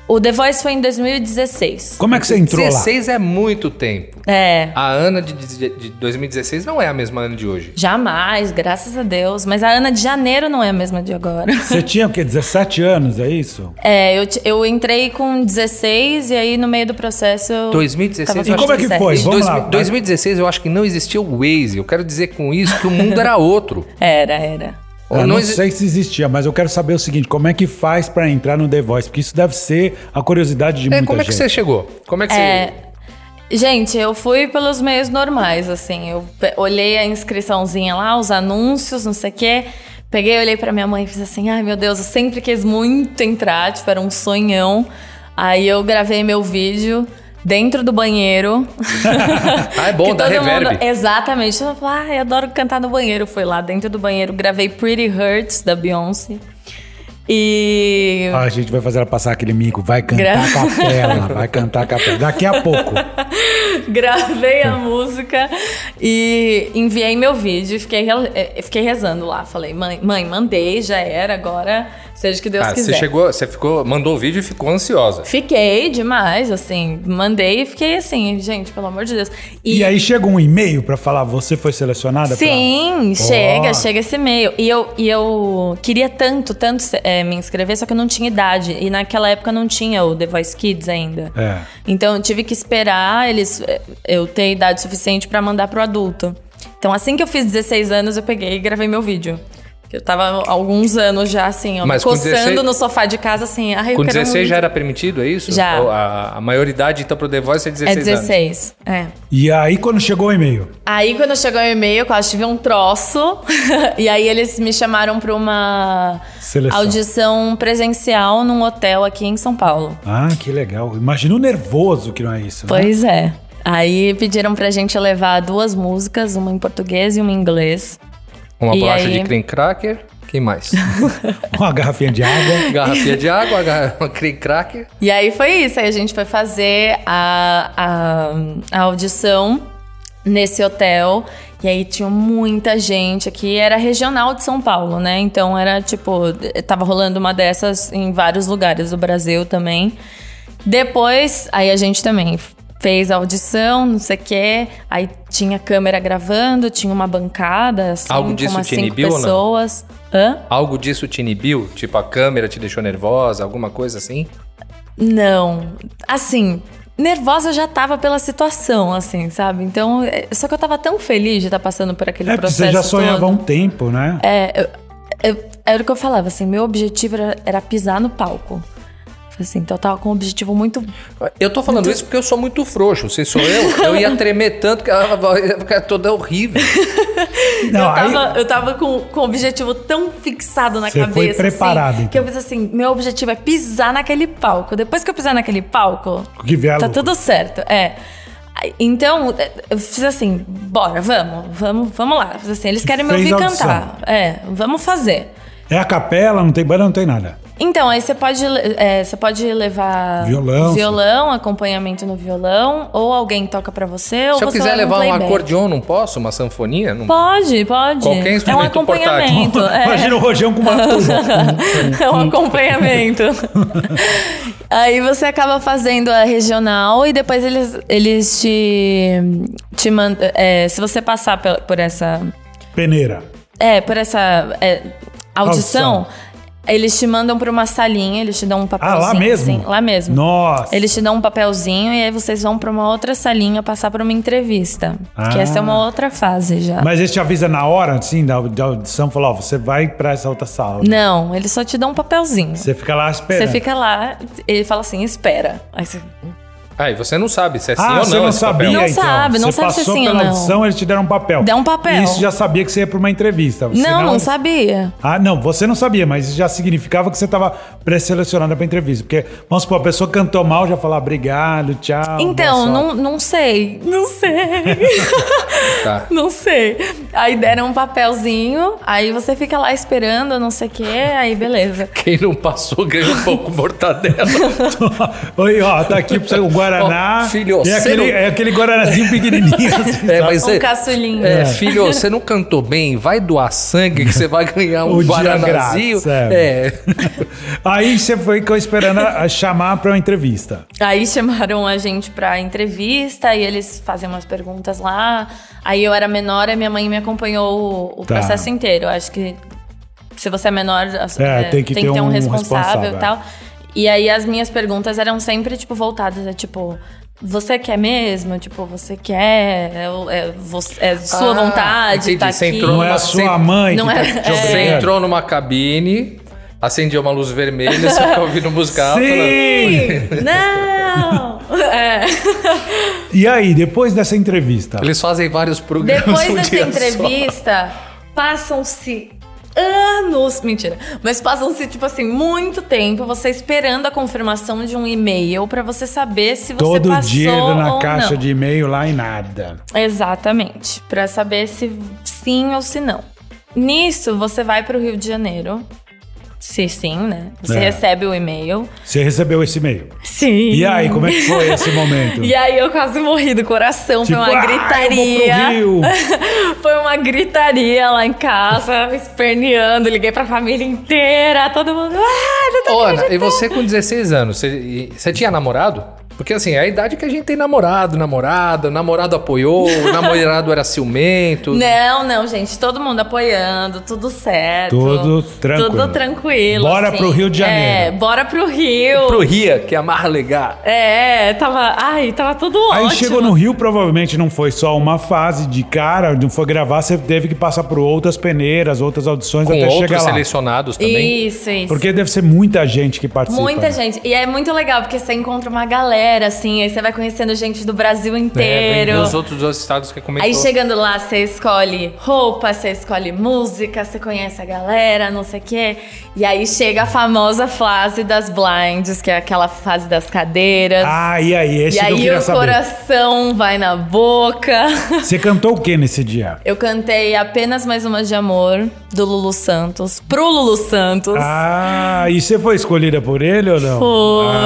Speaker 4: O The Voice foi em 2016.
Speaker 1: Como é que você entrou lá?
Speaker 2: 16 é muito tempo.
Speaker 4: É.
Speaker 2: A Ana de, de- de 2016 não é a mesma Ana de hoje.
Speaker 4: Jamais, graças a Deus. Mas a Ana de janeiro não é a mesma de agora.
Speaker 1: Você tinha o quê? 17 anos, é isso?
Speaker 4: É, eu, ti- eu entrei com 16 e aí no meio do processo. eu
Speaker 2: 2016
Speaker 4: tava
Speaker 1: E como é que
Speaker 4: com
Speaker 1: foi?
Speaker 4: 17.
Speaker 1: Vamos
Speaker 2: Dois-
Speaker 1: lá.
Speaker 2: 2016 eu acho que não existia o Waze. Eu quero dizer com isso que o mundo era outro.
Speaker 4: Era, era.
Speaker 1: Eu não,
Speaker 2: exi-
Speaker 1: sei se existia, mas eu quero saber o seguinte: como é que faz pra entrar no The Voice? Porque isso deve ser a curiosidade de
Speaker 2: É,
Speaker 1: muita
Speaker 2: como é que
Speaker 1: gente.
Speaker 2: você chegou? Como é que
Speaker 4: É,
Speaker 2: você.
Speaker 4: Gente, eu fui pelos meios normais, assim. Eu pe- olhei a inscriçãozinha lá, os anúncios, não sei o quê. Peguei, olhei pra minha mãe e fiz assim: ai meu Deus, eu sempre quis muito entrar, tipo, era um sonhão. Aí eu gravei meu vídeo dentro do banheiro.
Speaker 2: Ah, é bom,
Speaker 4: Que
Speaker 2: dá
Speaker 4: todo
Speaker 2: reverb.
Speaker 4: mundo- Exatamente. Eu falo, ai, adoro cantar no banheiro. Fui lá dentro do banheiro, gravei Pretty Hurts da Beyoncé. E.
Speaker 1: Ah, a gente vai fazer ela passar aquele mico, vai cantar
Speaker 4: Gra-
Speaker 1: capela, vai cantar capela. Daqui a pouco.
Speaker 4: Gravei a música e enviei meu vídeo e fiquei, re- eh, fiquei rezando lá. Falei, mãe, mãe, mandei, já era, agora seja o que Deus
Speaker 2: Ah,
Speaker 4: quiser.
Speaker 2: você chegou, você ficou, mandou o vídeo e ficou ansiosa.
Speaker 4: Fiquei demais, assim, mandei e fiquei assim, gente, pelo amor de Deus.
Speaker 1: E, aí chega um e-mail pra falar, você foi selecionada? pra-
Speaker 4: Sim,
Speaker 1: Ó.
Speaker 4: chega, chega esse e-mail. E eu, e eu queria tanto, tanto eh, me inscrever, só que eu não tinha idade. E naquela época não tinha o The Voice Kids ainda.
Speaker 1: É.
Speaker 4: Então eu tive que esperar eles eh, eu ter idade suficiente pra mandar pro adulto. Então assim que eu fiz 16 anos, eu peguei e gravei meu vídeo. Que eu tava há alguns anos já, assim, ó,
Speaker 2: Mas com
Speaker 4: coçando
Speaker 2: 16
Speaker 4: no sofá de casa, assim. Ai, eu
Speaker 2: Com
Speaker 4: quero
Speaker 2: 16
Speaker 4: muito.
Speaker 2: já era permitido, é isso?
Speaker 4: Já.
Speaker 2: Ou A, a maioridade, então, pro The Voice é
Speaker 4: É
Speaker 2: 16, anos.
Speaker 4: 16. É.
Speaker 1: E aí, quando chegou o e-mail?
Speaker 4: Aí quando chegou o e-mail, eu quase tive um troço. e aí eles me chamaram pra uma
Speaker 1: Seleção.
Speaker 4: audição presencial num hotel aqui em São Paulo.
Speaker 1: Ah, que legal. Imagina o nervoso que não é isso, né?
Speaker 4: Pois é. Aí pediram pra gente levar duas músicas, uma em português e uma em inglês.
Speaker 2: Uma
Speaker 4: E
Speaker 2: bolacha
Speaker 4: aí?
Speaker 2: de cream cracker. Quem mais?
Speaker 1: Uma garrafinha de água.
Speaker 2: Garrafinha de água, garra- uma cream cracker.
Speaker 4: E aí foi isso. Aí a gente foi fazer a, a, a audição nesse hotel. E aí tinha muita gente aqui. Era regional de São Paulo, né? Então era tipo. Tava rolando uma dessas em vários lugares do Brasil também. Depois, aí a gente também fez a audição, não sei o quê. Aí tinha câmera gravando, tinha uma bancada, assim,
Speaker 2: Algo
Speaker 4: com
Speaker 2: disso
Speaker 4: umas
Speaker 2: te
Speaker 4: cinco
Speaker 2: inibiu ou não?
Speaker 4: pessoas. Hã?
Speaker 2: Algo disso te inibiu? Tipo, a câmera te deixou nervosa, alguma coisa assim?
Speaker 4: Não. Assim, nervosa eu já tava pela situação, assim, sabe? Então, é- só que eu tava tão feliz de estar passando por aquele
Speaker 1: É porque
Speaker 4: processo.
Speaker 1: você já sonhava há
Speaker 4: todo.
Speaker 1: um tempo, né?
Speaker 4: É, eu- eu- era o que eu falava, assim, meu objetivo era, era pisar no palco. Assim, então eu tava com um objetivo muito.
Speaker 2: Eu tô falando isso porque eu sou muito frouxo. Se sou eu, eu ia tremer tanto que ela ia ficar toda horrível.
Speaker 1: Não,
Speaker 4: eu
Speaker 1: aí-
Speaker 4: tava, eu tava com, com um objetivo tão fixado na
Speaker 1: Você foi
Speaker 4: cabeça.
Speaker 1: preparado,
Speaker 4: assim,
Speaker 1: então.
Speaker 4: Que eu pensei assim: meu objetivo é pisar naquele palco. Depois que eu pisar naquele palco,
Speaker 1: O que vier à
Speaker 4: Tá
Speaker 1: loucura.
Speaker 4: tudo certo, é. Aí, Então, é, eu fiz assim, bora, vamos, vamos, vamos lá. Fiz assim, eles querem me
Speaker 1: Fez
Speaker 4: ouvir
Speaker 1: a audição.
Speaker 4: cantar. É, vamos fazer.
Speaker 1: É a capela, não tem banda, não tem nada.
Speaker 4: Então, aí você pode, le- é, você pode levar
Speaker 1: Violão,
Speaker 4: violão, acompanhamento no violão, ou alguém toca pra você, ou
Speaker 2: Se eu
Speaker 4: você
Speaker 2: quiser
Speaker 4: leva
Speaker 2: levar um
Speaker 4: playback.
Speaker 2: acordeon, não posso? Uma sanfonia? Não...
Speaker 4: Pode, pode.
Speaker 2: Qualquer
Speaker 4: é um
Speaker 2: instrumento portátil.
Speaker 4: acompanhamento. é.
Speaker 1: Imagina o Rojão com uma
Speaker 4: é um acompanhamento. Aí você acaba fazendo a regional e depois eles, eles te, te mandam. se você passar pel- por essa.
Speaker 1: peneira.
Speaker 4: É, por essa é, audição,
Speaker 1: Audição.
Speaker 4: eles te mandam pra uma salinha, eles te dão um
Speaker 1: Ah,
Speaker 4: papelzinho.
Speaker 1: lá mesmo?
Speaker 4: assim, lá mesmo.
Speaker 1: Nossa.
Speaker 4: Eles te dão um papelzinho e aí vocês vão pra uma outra salinha passar pra uma entrevista. Que
Speaker 1: Ah.
Speaker 4: essa é uma outra fase já.
Speaker 1: Mas eles te avisa na hora, assim, da, da audição, falou, ó, você vai pra essa outra sala. né?
Speaker 4: Não, eles só te dão um papelzinho.
Speaker 1: Você fica lá esperando.
Speaker 4: Você fica lá, ele fala assim, espera. Aí você,
Speaker 2: Ah, e você não sabe se é sim
Speaker 1: Ah,
Speaker 2: ou não.
Speaker 1: você não
Speaker 2: esse papel.
Speaker 1: sabia,
Speaker 4: Não
Speaker 1: então.
Speaker 4: sabe, não
Speaker 1: você
Speaker 4: sabe se é
Speaker 1: passou
Speaker 4: sim ou
Speaker 1: pela
Speaker 4: não.
Speaker 1: audição, eles te deram um papel.
Speaker 4: Dá um papel.
Speaker 1: Isso já sabia que você ia pra uma entrevista. você
Speaker 4: Não, não sabia.
Speaker 1: Ah, não, você não sabia, mas isso já significava que você estava pré-selecionada para entrevista. Porque, vamos supor, a pessoa cantou mal, já falar obrigado, tchau.
Speaker 4: então,
Speaker 1: boa sorte."
Speaker 4: não, não sei. Não sei.
Speaker 2: Tá.
Speaker 4: não sei. Aí deram um papelzinho, aí você fica lá esperando, não sei o quê, aí beleza.
Speaker 2: Quem não passou ganha um pouco de mortadela.
Speaker 1: Oi, ó, tá aqui pra você o Guaraná.
Speaker 2: Ó, filho,
Speaker 1: é
Speaker 2: você
Speaker 1: aquele,
Speaker 2: não-
Speaker 1: é aquele Guaranazinho pequenininho. assim,
Speaker 2: É,
Speaker 1: sabe?
Speaker 2: mas
Speaker 4: Um
Speaker 2: é-
Speaker 4: caçulinho.
Speaker 2: É, filho, você não cantou bem, vai doar sangue que você vai ganhar um
Speaker 1: O dia
Speaker 2: guaranazinho.
Speaker 1: grátis, é.
Speaker 2: É.
Speaker 1: Aí você foi ficou esperando a- a chamar pra uma entrevista.
Speaker 4: Aí chamaram a gente pra entrevista e eles fazem umas perguntas lá. Aí eu era menor e minha mãe me acompanhou o, o
Speaker 1: Tá.
Speaker 4: processo inteiro. Acho que se você é menor, as-
Speaker 1: É,
Speaker 4: é,
Speaker 1: tem que ter um responsável,
Speaker 4: e tal. E aí as minhas perguntas eram sempre, tipo, voltadas a tipo. Você quer mesmo? Tipo, você quer? É, o- é você- é sua
Speaker 2: Ah,
Speaker 4: vontade,
Speaker 2: entendi.
Speaker 4: tá
Speaker 2: Você
Speaker 4: aqui.
Speaker 2: entrou
Speaker 1: Não é a
Speaker 2: Mas
Speaker 1: sua
Speaker 2: você-
Speaker 1: mãe
Speaker 4: não
Speaker 1: que tá
Speaker 4: é-
Speaker 1: te
Speaker 4: é.
Speaker 2: Você
Speaker 1: obrigando.
Speaker 2: entrou numa cabine, acendeu uma luz vermelha, você ficou ouvindo música alta. né?
Speaker 1: Sim!
Speaker 4: Não! É.
Speaker 1: E aí, depois dessa entrevista?
Speaker 2: Eles fazem vários programas
Speaker 4: Depois
Speaker 2: um
Speaker 4: dessa
Speaker 2: dia só.
Speaker 4: entrevista, passam-se anos. Mentira. Mas passam-se, tipo assim, muito tempo você esperando a confirmação de um e-mail pra você saber se você
Speaker 1: Todo
Speaker 4: passou
Speaker 1: dia indo na
Speaker 4: ou
Speaker 1: caixa
Speaker 4: não.
Speaker 1: de e-mail lá e nada.
Speaker 4: Exatamente. Pra saber se sim ou se não. Nisso, você vai pro Rio de Janeiro. Se sim, né? Você
Speaker 1: É.
Speaker 4: recebe o e-mail.
Speaker 1: Você recebeu esse e-mail.
Speaker 4: Sim.
Speaker 1: E aí, como é que foi esse momento?
Speaker 4: E é aí eu quase morri do coração,
Speaker 1: Tipo,
Speaker 4: foi uma
Speaker 1: "Ah, eu vou pro
Speaker 4: gritaria.
Speaker 1: Rio."
Speaker 4: foi uma gritaria lá em casa, esperneando, liguei pra família inteira, todo mundo. Ah, não tô
Speaker 2: Ô, Ana,
Speaker 4: acreditando."
Speaker 2: e você com 16 anos, você, e- você tinha namorado? Porque assim, é a idade que a gente tem namorado, namorada, namorado apoiou, namorado era ciumento.
Speaker 4: Não, não, gente. Todo mundo apoiando, tudo certo.
Speaker 1: Tudo tranquilo.
Speaker 4: Tudo tranquilo.
Speaker 1: Bora
Speaker 4: assim.
Speaker 1: pro Rio de
Speaker 4: É,
Speaker 1: Janeiro.
Speaker 4: bora pro Rio.
Speaker 2: Pro Ria, que é amarlegar.
Speaker 4: É, tava. Ai, tava tudo
Speaker 1: Aí
Speaker 4: ótimo.
Speaker 1: chegou no Rio, provavelmente não foi só uma fase de cara, não foi gravar, você teve que passar por outras peneiras, outras audições
Speaker 2: Com
Speaker 1: até chegar
Speaker 2: outros
Speaker 1: lá.
Speaker 2: selecionados também.
Speaker 4: Isso, isso.
Speaker 1: Porque deve ser muita gente que participa.
Speaker 4: Muita
Speaker 1: né?
Speaker 4: gente. E é muito legal, porque você encontra uma galera, assim, aí você vai conhecendo gente do Brasil inteiro.
Speaker 2: É, os outros dois estados que comentou.
Speaker 4: Aí chegando lá, você escolhe roupa, você escolhe música, você conhece a galera, não sei o quê. E aí chega a famosa fase das blinds, que é aquela fase das cadeiras.
Speaker 1: Ah, e aí? Esse
Speaker 4: e
Speaker 1: que eu
Speaker 4: aí
Speaker 1: queria
Speaker 4: o
Speaker 1: saber.
Speaker 4: coração vai na boca.
Speaker 1: Você cantou o que nesse dia?
Speaker 4: Eu cantei apenas mais uma de amor do Lulu Santos. Pro Lulu Santos.
Speaker 1: Ah, e você foi escolhida por ele ou não?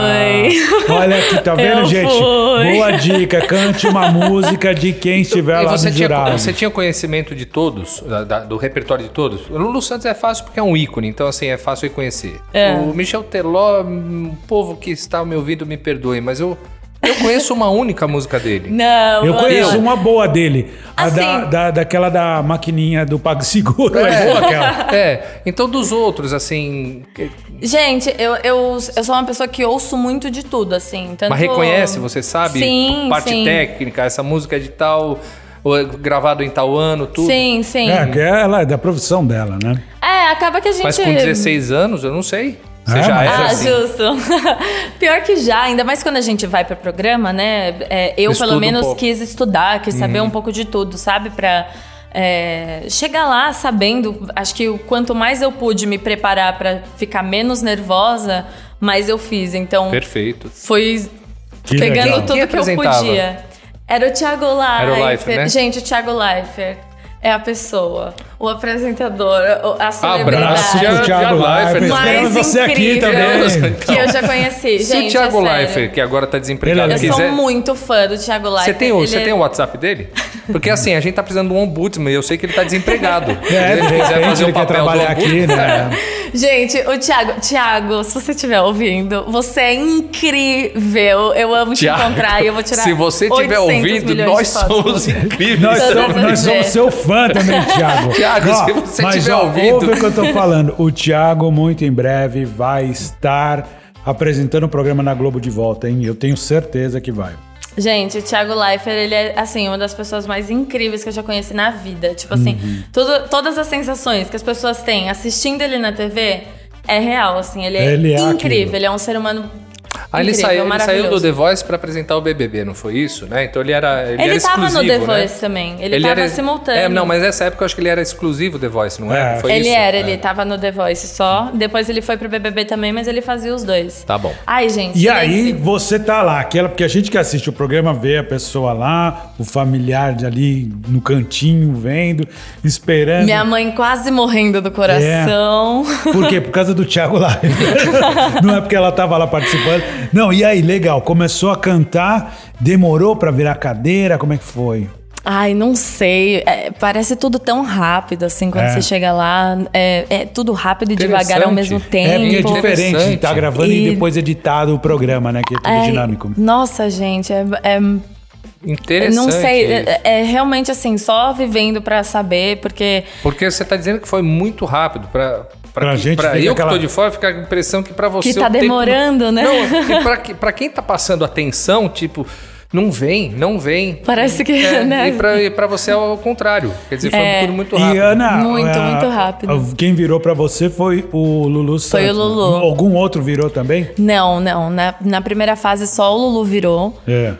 Speaker 4: Foi.
Speaker 1: Ah, olha aqui, tá vendo,
Speaker 4: Eu
Speaker 1: gente?
Speaker 4: fui.
Speaker 1: Boa dica, cante uma música de quem estiver
Speaker 2: E
Speaker 1: lá
Speaker 2: você
Speaker 1: no
Speaker 2: tinha,
Speaker 1: jurado.
Speaker 2: você tinha conhecimento de todos, da- da- do repertório de todos? O Lulu Santos é fácil porque é um ícone, então assim, é fácil reconhecer.
Speaker 4: É.
Speaker 2: O Michel Teló, hum, o povo que está me ouvindo me perdoe, mas eu, eu conheço uma única música dele.
Speaker 4: Não,
Speaker 1: Eu
Speaker 4: mano.
Speaker 1: conheço uma boa dele. A da,
Speaker 4: Assim.
Speaker 1: da- daquela da maquininha do PagSeguro. É, boa aquela.
Speaker 2: É, então dos outros, assim. que-
Speaker 4: Gente, eu, eu, eu sou uma pessoa que ouço muito de tudo, assim. tanto-
Speaker 2: Mas reconhece, você sabe?
Speaker 4: Sim,
Speaker 2: parte
Speaker 4: sim.
Speaker 2: técnica, essa música é de tal. ou é Gravado em tal ano, tudo.
Speaker 4: Sim, sim.
Speaker 1: É,
Speaker 4: É,
Speaker 1: que ela é da profissão dela, né?
Speaker 4: acaba que a gente.
Speaker 2: Mas com 16 anos, eu não sei. Você
Speaker 1: Ah,
Speaker 2: já
Speaker 1: mas-
Speaker 2: era
Speaker 4: Ah,
Speaker 2: assim.
Speaker 4: justo. Pior que já, ainda mais quando a gente vai para programa, né? É,
Speaker 2: Estuda
Speaker 4: eu,
Speaker 2: um
Speaker 4: pelo menos,
Speaker 2: pouco. Uhum.
Speaker 4: quis estudar, quis saber um pouco de tudo, sabe? Pra é, chegar lá sabendo. Acho que o quanto mais eu pude me preparar para ficar menos nervosa, mais eu fiz. Então,
Speaker 2: Perfeito.
Speaker 4: foi
Speaker 1: Que
Speaker 4: pegando
Speaker 1: legal.
Speaker 4: tudo
Speaker 2: Quem
Speaker 4: que eu
Speaker 2: apresentava?
Speaker 4: podia. Era o Thiago Leifert.
Speaker 2: Era o Leifert, né?
Speaker 4: Gente, o Thiago Leifert é a pessoa, o apresentador, o- a celebridade.
Speaker 1: Abraço
Speaker 2: Thiago
Speaker 1: pro Thiago Leifert.
Speaker 2: Leifert.
Speaker 1: Esperamos
Speaker 4: Mais
Speaker 1: você aqui
Speaker 4: incrível.
Speaker 1: também. Então.
Speaker 4: Que eu já conheci.
Speaker 2: Se
Speaker 4: Gente,
Speaker 2: o Thiago
Speaker 4: é sério.
Speaker 2: Leifert, que agora tá desempregado,
Speaker 1: Ele é
Speaker 4: Eu
Speaker 1: legal.
Speaker 2: quiser.
Speaker 4: sou muito fã do Thiago Leifert.
Speaker 2: Você tem, o,
Speaker 4: Ele
Speaker 2: você
Speaker 4: é-
Speaker 2: tem o WhatsApp dele? Porque assim, a gente tá precisando de um ombudsman e eu sei que ele tá desempregado.
Speaker 1: É, de repente ele quer trabalhar aqui, né?
Speaker 4: Gente, o Thiago, Thiago, se você estiver ouvindo, você é incrível. Eu amo te encontrar e eu vou tirar
Speaker 2: Se você estiver
Speaker 4: 800
Speaker 2: ouvindo,
Speaker 4: milhões
Speaker 2: nós
Speaker 4: de fotos com
Speaker 2: somos
Speaker 4: você.
Speaker 2: incríveis.
Speaker 1: Nós,
Speaker 4: Todas
Speaker 1: somos,
Speaker 4: as
Speaker 1: nós somos
Speaker 4: vezes.
Speaker 1: seu fã também, Thiago.
Speaker 2: Thiago, se você
Speaker 1: mas,
Speaker 2: tiver
Speaker 1: ó,
Speaker 2: ouvido.
Speaker 1: Ouve o que eu tô falando. O Thiago, muito em breve, vai estar apresentando o programa na Globo de volta, hein? Eu tenho certeza que vai.
Speaker 4: Gente, o Thiago Leifert, ele é, assim, uma das pessoas mais incríveis que eu já conheci na vida. Tipo assim,
Speaker 2: Uhum.
Speaker 4: tudo- todas as sensações que as pessoas têm assistindo ele na TV é real, assim. Ele é,
Speaker 1: Ele é
Speaker 4: incrível,
Speaker 1: aquilo.
Speaker 4: ele é um ser humano
Speaker 2: Aí ele
Speaker 4: incrível,
Speaker 2: saiu, ele saiu do
Speaker 4: maravilhoso.
Speaker 2: The Voice pra apresentar o BBB, não foi isso? Né? Então ele era Ele,
Speaker 4: Ele
Speaker 2: era
Speaker 4: tava no
Speaker 2: exclusivo,
Speaker 4: The
Speaker 2: né?
Speaker 4: Voice também, ele tava simultâneo.
Speaker 2: É, não, mas nessa época eu acho que ele era exclusivo The Voice, não era?
Speaker 1: É.
Speaker 2: Foi
Speaker 4: Ele
Speaker 2: isso?
Speaker 4: era,
Speaker 2: É.
Speaker 4: ele tava no The Voice só. Depois ele foi pro BBB também, mas ele fazia os dois.
Speaker 2: Tá bom.
Speaker 4: Ai, gente.
Speaker 1: E
Speaker 4: ele é
Speaker 1: aí
Speaker 4: incrível.
Speaker 1: você tá lá, aquela, porque a gente que assiste o programa vê a pessoa lá, o familiar de ali no cantinho vendo, esperando.
Speaker 4: Minha mãe quase morrendo do coração.
Speaker 1: Por quê? Por causa do Thiago Live. Não é porque ela tava lá participando. Não, e aí, legal, começou a cantar, demorou pra virar cadeira, como é que foi?
Speaker 4: Ai, não sei. É, parece tudo tão rápido, assim, quando
Speaker 1: É.
Speaker 4: você chega lá. É, é tudo rápido e devagar ao
Speaker 2: Interessante.
Speaker 4: mesmo
Speaker 1: É porque é
Speaker 4: tempo.
Speaker 1: diferente de estar
Speaker 2: Interessante.
Speaker 1: gravando e...
Speaker 4: E-
Speaker 1: depois editado o programa, né? Que é tudo
Speaker 4: Ai,
Speaker 1: dinâmico.
Speaker 4: Nossa, gente, é- é
Speaker 2: Interessante.
Speaker 4: não sei,
Speaker 2: isso.
Speaker 4: é, é realmente assim, só vivendo pra saber, porque
Speaker 2: Porque você tá dizendo que foi muito rápido pra... Pra,
Speaker 1: Pra
Speaker 2: que-
Speaker 1: gente
Speaker 2: pra
Speaker 1: fica
Speaker 2: eu
Speaker 1: aquela-
Speaker 2: que tô de fora, fica a impressão que pra você...
Speaker 4: que tá
Speaker 2: o tempo-
Speaker 4: demorando, né?
Speaker 2: Não, que pra, que- pra quem tá passando atenção, tipo, não vem, não vem.
Speaker 4: Parece que,
Speaker 2: É,
Speaker 4: né?
Speaker 2: E pra, e pra você é o contrário. Quer dizer, foi
Speaker 4: É.
Speaker 2: tudo muito
Speaker 1: E
Speaker 2: rápido.
Speaker 1: Ana,
Speaker 4: Muito,
Speaker 1: a-
Speaker 4: muito rápido.
Speaker 1: a- Quem virou pra você foi o Lulu Santos.
Speaker 4: o Lulu.
Speaker 1: né? Algum outro virou também?
Speaker 4: Não, não. Na, na primeira fase só o Lulu virou.
Speaker 1: É.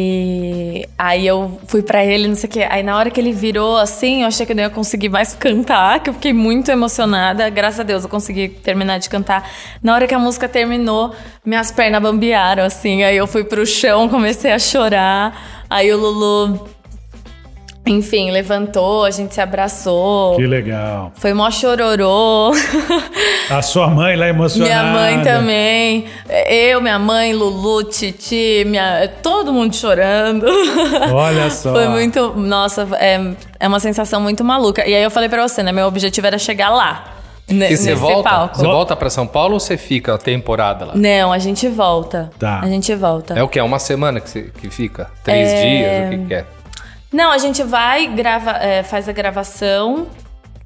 Speaker 4: E aí eu fui pra ele, não sei o quê. Aí na hora que ele virou assim, eu achei que eu não ia conseguir mais cantar, que eu fiquei muito emocionada. Graças a Deus eu consegui terminar de cantar. Na hora que a música terminou, minhas pernas bambearam assim. Aí eu fui pro chão, comecei a chorar. Aí o Lulu, enfim, levantou, a gente se abraçou.
Speaker 1: Que legal.
Speaker 4: Foi mó chororô.
Speaker 1: A sua mãe lá emocionada.
Speaker 4: Minha mãe também. Eu, minha mãe, Lulu, Titi, minha... todo mundo chorando.
Speaker 1: Olha só.
Speaker 4: Foi muito. Nossa, é, é uma sensação muito maluca. E aí eu falei pra você, né? Meu objetivo era chegar lá. Ne-
Speaker 2: E você
Speaker 4: nesse
Speaker 2: volta?
Speaker 4: palco.
Speaker 2: Você volta pra São Paulo ou você fica a temporada lá?
Speaker 4: Não, a gente volta.
Speaker 1: Tá.
Speaker 4: A gente volta.
Speaker 2: É o que? É uma semana que, você, que fica? Três dias? O que, que é?
Speaker 4: Não, a gente vai, grava, é, faz a gravação.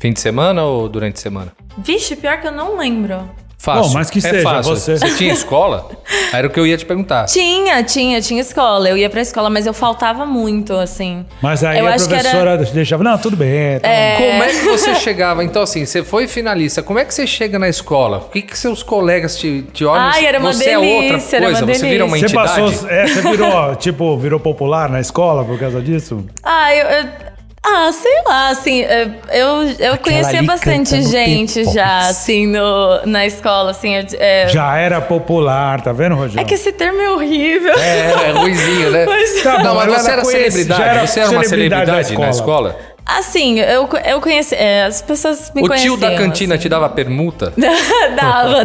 Speaker 2: Fim de semana ou durante a semana?
Speaker 4: Vixe, pior que eu não lembro.
Speaker 2: Fácil.
Speaker 1: Bom, mas que
Speaker 2: é
Speaker 1: seja,
Speaker 2: fácil.
Speaker 1: você-
Speaker 2: tinha escola? Era o que eu ia te perguntar.
Speaker 4: Tinha, tinha, tinha escola. Eu ia pra escola, mas eu faltava muito, assim.
Speaker 1: Mas aí
Speaker 4: eu
Speaker 1: a
Speaker 4: acho que era-
Speaker 1: professora deixava, não, tudo bem. Tá bom.
Speaker 2: Como é que você chegava? Então, assim, você foi finalista. Como é que você chega na escola? O que, que seus colegas te, te olham?
Speaker 4: Ai, era uma
Speaker 2: você é outra
Speaker 4: delícia,
Speaker 2: coisa,
Speaker 4: era uma
Speaker 2: você vira uma
Speaker 1: Você
Speaker 2: entidade.
Speaker 1: passou, é, você virou, tipo, virou popular na escola por causa disso?
Speaker 4: Ah, eu. eu- Ah, sei lá, assim, é, eu, eu conhecia
Speaker 1: ali
Speaker 4: bastante
Speaker 1: cantando
Speaker 4: gente
Speaker 1: Beatles.
Speaker 4: já, assim, no, na escola, assim. eu- é,
Speaker 1: Já era popular, tá vendo, Rogério?
Speaker 4: é que esse termo é horrível.
Speaker 2: É, é ruizinho, né?
Speaker 4: Mas-
Speaker 1: Tá bom,
Speaker 2: não,
Speaker 1: ela
Speaker 2: mas você
Speaker 1: era
Speaker 2: era
Speaker 1: conhecida,
Speaker 2: celebridade.
Speaker 1: já era
Speaker 2: você era uma
Speaker 1: celebridade da
Speaker 2: celebridade na escola?
Speaker 4: Assim, eu, eu conheci. é, as pessoas me
Speaker 2: O
Speaker 4: conheciam.
Speaker 2: tio da cantina
Speaker 4: assim.
Speaker 2: te dava permuta?
Speaker 4: dava,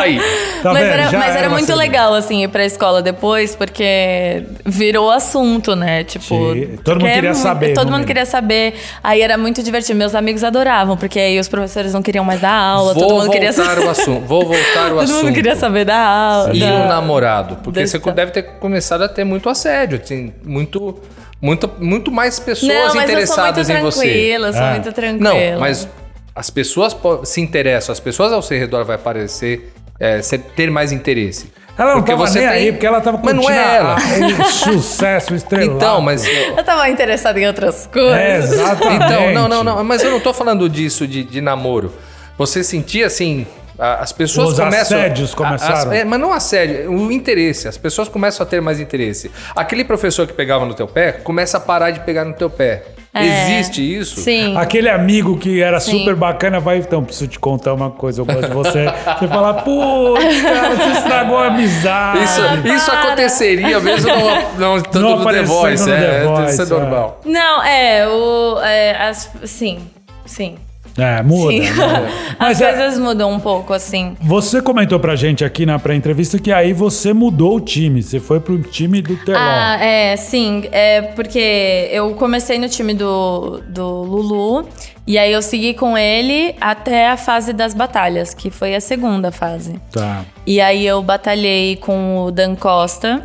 Speaker 2: Aí.
Speaker 1: Tá
Speaker 4: mas
Speaker 1: vendo?
Speaker 4: era,
Speaker 1: Já
Speaker 4: mas
Speaker 1: era
Speaker 2: é
Speaker 4: era,
Speaker 1: uma
Speaker 4: muito
Speaker 1: celebridade.
Speaker 4: legal, assim, ir pra escola depois, porque virou assunto, né? Tipo.
Speaker 1: Sim, todo mundo
Speaker 4: quer
Speaker 1: queria
Speaker 4: muito-
Speaker 1: saber,
Speaker 4: Todo
Speaker 1: não
Speaker 4: mundo
Speaker 1: é?
Speaker 4: queria saber. Aí era muito divertido. Meus amigos adoravam, porque aí os professores não queriam mais dar aula,
Speaker 2: Vou
Speaker 4: todo mundo queria
Speaker 2: voltar o assunto. Vou voltar o
Speaker 4: Todo
Speaker 2: assunto.
Speaker 4: mundo queria saber da aula.
Speaker 2: E
Speaker 4: da-
Speaker 2: o namorado? Porque
Speaker 4: da
Speaker 2: você
Speaker 4: história.
Speaker 2: deve ter começado a ter muito assédio, tem muito, muito, muito mais pessoas
Speaker 4: Não, mas eu sou muito
Speaker 2: interessadas em você.
Speaker 4: tranquila, eu sou
Speaker 1: Ah.
Speaker 4: muito tranquila.
Speaker 2: Não, mas as pessoas po- se interessam, as pessoas ao seu redor vai parecer é, ser- ter mais interesse.
Speaker 1: Ela não
Speaker 2: Porque
Speaker 1: tava
Speaker 2: você
Speaker 1: nem
Speaker 2: tem-
Speaker 1: aí, porque ela tava
Speaker 2: Mas
Speaker 1: curtindo
Speaker 2: não é
Speaker 1: a-
Speaker 2: ela.
Speaker 1: a- o sucesso estrelado.
Speaker 2: Então, mas
Speaker 4: Eu tava interessada em outras coisas.
Speaker 1: É, exatamente.
Speaker 2: Então, não, não, não. Mas eu não tô falando disso de, de namoro. Você sentia assim. a- As pessoas
Speaker 1: Os
Speaker 2: começam.
Speaker 1: assédios começaram.
Speaker 2: a- é, mas não assédio, o interesse. As pessoas começam a ter mais interesse. Aquele professor que pegava no teu pé começa a parar de pegar no teu pé.
Speaker 4: É.
Speaker 2: Existe isso? Ah.
Speaker 4: Sim.
Speaker 1: Aquele amigo que era
Speaker 4: Sim.
Speaker 1: super bacana vai, então, preciso te contar uma coisa, eu gosto de você. Você fala, pô, cara, você estragou a amizade.
Speaker 2: Isso,
Speaker 4: Ah,
Speaker 2: isso
Speaker 4: para.
Speaker 2: aconteceria mesmo não, não,
Speaker 1: Não
Speaker 2: todo no The
Speaker 1: aparecendo
Speaker 2: Voice.
Speaker 1: no
Speaker 2: é,
Speaker 1: The
Speaker 2: isso é
Speaker 1: Voice, é.
Speaker 2: normal.
Speaker 4: Não, é, o. é, as- sim, sim.
Speaker 1: É, muda.
Speaker 4: sim.
Speaker 1: né?
Speaker 4: As
Speaker 1: Mas é-
Speaker 4: coisas mudam um pouco, assim.
Speaker 1: Você comentou pra gente aqui na pré-entrevista que aí você mudou o time, você foi pro time do Teló.
Speaker 4: Ah, é, sim. É porque eu comecei no time do, do Lulu e aí eu segui com ele até a fase das batalhas, que foi a segunda fase.
Speaker 1: Tá.
Speaker 4: E aí eu batalhei com o Dan Costa.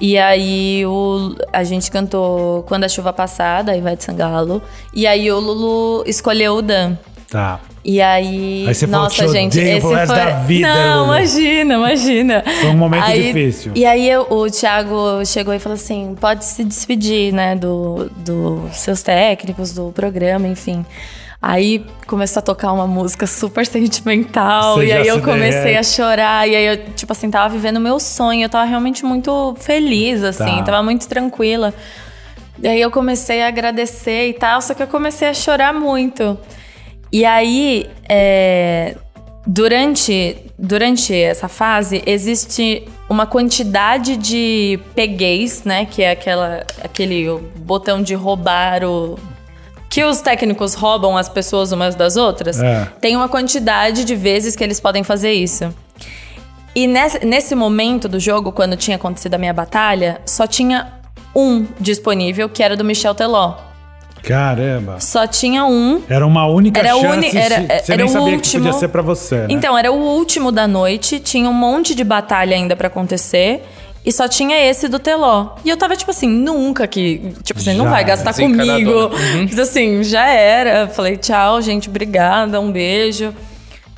Speaker 4: E aí o, a gente cantou Quando a Chuva Passar, da Ivete Sangalo. E aí o Lulu escolheu o Dan.
Speaker 1: Tá.
Speaker 4: E aí,
Speaker 1: Aí você falou
Speaker 4: nossa,
Speaker 1: que te
Speaker 4: gente,
Speaker 1: odeia
Speaker 4: esse
Speaker 1: pro
Speaker 4: foi
Speaker 1: resto da vida,
Speaker 4: Não,
Speaker 1: Lulu.
Speaker 4: imagina, imagina.
Speaker 1: Foi um momento
Speaker 4: Aí-
Speaker 1: difícil.
Speaker 4: E aí eu- o Thiago chegou e falou assim: "Pode se despedir, né, do dos seus técnicos, do programa, enfim". Aí começou a tocar uma música super sentimental
Speaker 1: Você
Speaker 4: e
Speaker 1: já
Speaker 4: aí
Speaker 1: se
Speaker 4: eu comecei
Speaker 1: derrete.
Speaker 4: a chorar e aí eu tipo assim tava vivendo o meu sonho, eu tava realmente muito feliz assim,
Speaker 1: Tá.
Speaker 4: tava muito tranquila. E aí eu comecei a agradecer e tal, só que eu comecei a chorar muito. E aí, é, durante, durante essa fase, existe uma quantidade de peguês, né? Que é aquela, aquele botão de roubar o. Que os técnicos roubam as pessoas umas das outras.
Speaker 1: É.
Speaker 4: Tem uma quantidade de vezes que eles podem fazer isso. E nesse, nesse momento do jogo, quando tinha acontecido a minha batalha, só tinha um disponível, que era do Michel Teló.
Speaker 1: Caramba.
Speaker 4: Só tinha um.
Speaker 1: Era uma única
Speaker 4: Era o
Speaker 1: chance.
Speaker 4: uni-
Speaker 1: se-
Speaker 4: era-
Speaker 1: você
Speaker 4: era
Speaker 1: nem
Speaker 4: o
Speaker 1: sabia que
Speaker 4: último.
Speaker 1: podia ser pra você, né?
Speaker 4: Então, era o último da noite, tinha um monte de batalha ainda pra acontecer. E só tinha esse do Teló. E eu tava tipo assim, nunca que. Tipo assim, não
Speaker 1: Já
Speaker 4: vai
Speaker 1: era.
Speaker 4: gastar
Speaker 2: Desencanadora.
Speaker 4: comigo.
Speaker 2: Uhum.
Speaker 4: Mas assim, já era. Falei, tchau, gente, obrigada, um beijo.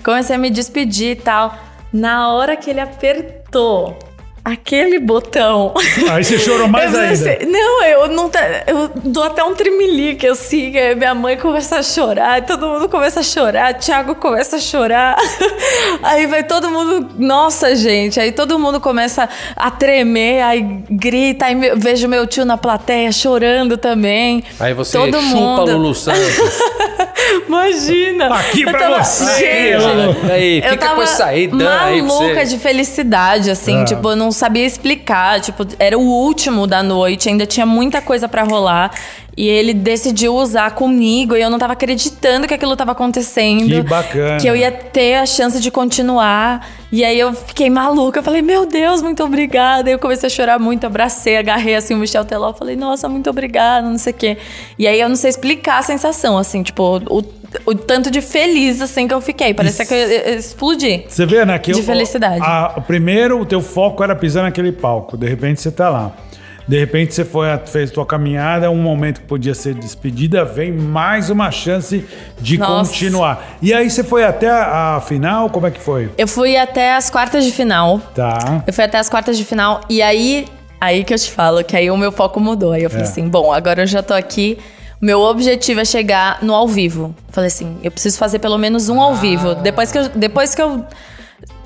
Speaker 4: Comecei a me despedir e tal. Na hora que ele apertou aquele botão.
Speaker 1: Aí você chorou mais
Speaker 4: Eu
Speaker 1: ainda.
Speaker 4: pensei, não, eu não tá, eu dou até um tremelique assim, que aí minha mãe começa a chorar, todo mundo começa a chorar, Thiago começa a chorar. Aí vai todo mundo, nossa, gente, aí todo mundo começa a tremer, aí grita, aí me- vejo meu tio na plateia chorando também.
Speaker 2: Aí você
Speaker 4: todo
Speaker 2: chupa
Speaker 4: mundo.
Speaker 2: Lulu Santos.
Speaker 4: Imagina.
Speaker 1: Aqui
Speaker 4: Eu
Speaker 1: pra você,
Speaker 4: Gente,
Speaker 1: Lulu.
Speaker 2: Aí,
Speaker 4: eu
Speaker 2: fica
Speaker 4: tava
Speaker 2: com essa aí, Dan aí pra você.
Speaker 4: maluca de felicidade, assim,
Speaker 1: Ah.
Speaker 4: tipo, eu não sabia explicar, tipo, era o último da noite, ainda tinha muita coisa pra rolar, e ele decidiu usar comigo, e eu não tava acreditando que aquilo tava acontecendo.
Speaker 1: Que bacana.
Speaker 4: Que eu ia ter a chance de continuar, e aí eu fiquei maluca, eu falei, meu Deus, muito obrigada, e eu comecei a chorar muito, abracei, agarrei, assim, o Michel Teló, falei, nossa, muito obrigada, não sei o quê. E aí eu não sei explicar a sensação, assim, tipo, o o tanto de feliz assim que eu fiquei. Parecia que eu, eu, eu explodi.
Speaker 1: Você vê, né? Que
Speaker 4: De
Speaker 1: eu-
Speaker 4: felicidade.
Speaker 1: a- primeiro, o teu foco era pisar naquele palco. De repente, você tá lá. De repente, você foi, a- fez tua caminhada, um momento que podia ser despedida, vem mais uma chance de
Speaker 4: Nossa.
Speaker 1: continuar. E aí, você foi até a, a final? Como é que foi?
Speaker 4: Eu fui até as quartas de final.
Speaker 1: Tá.
Speaker 4: Eu fui até as quartas de final e aí, aí que eu te falo, que aí o meu foco mudou. Aí eu falei
Speaker 1: É.
Speaker 4: assim, bom, agora eu já tô aqui. Meu objetivo é chegar no ao vivo. Falei assim, eu preciso fazer pelo menos um ao
Speaker 2: Ah.
Speaker 4: vivo. Depois que eu, depois que eu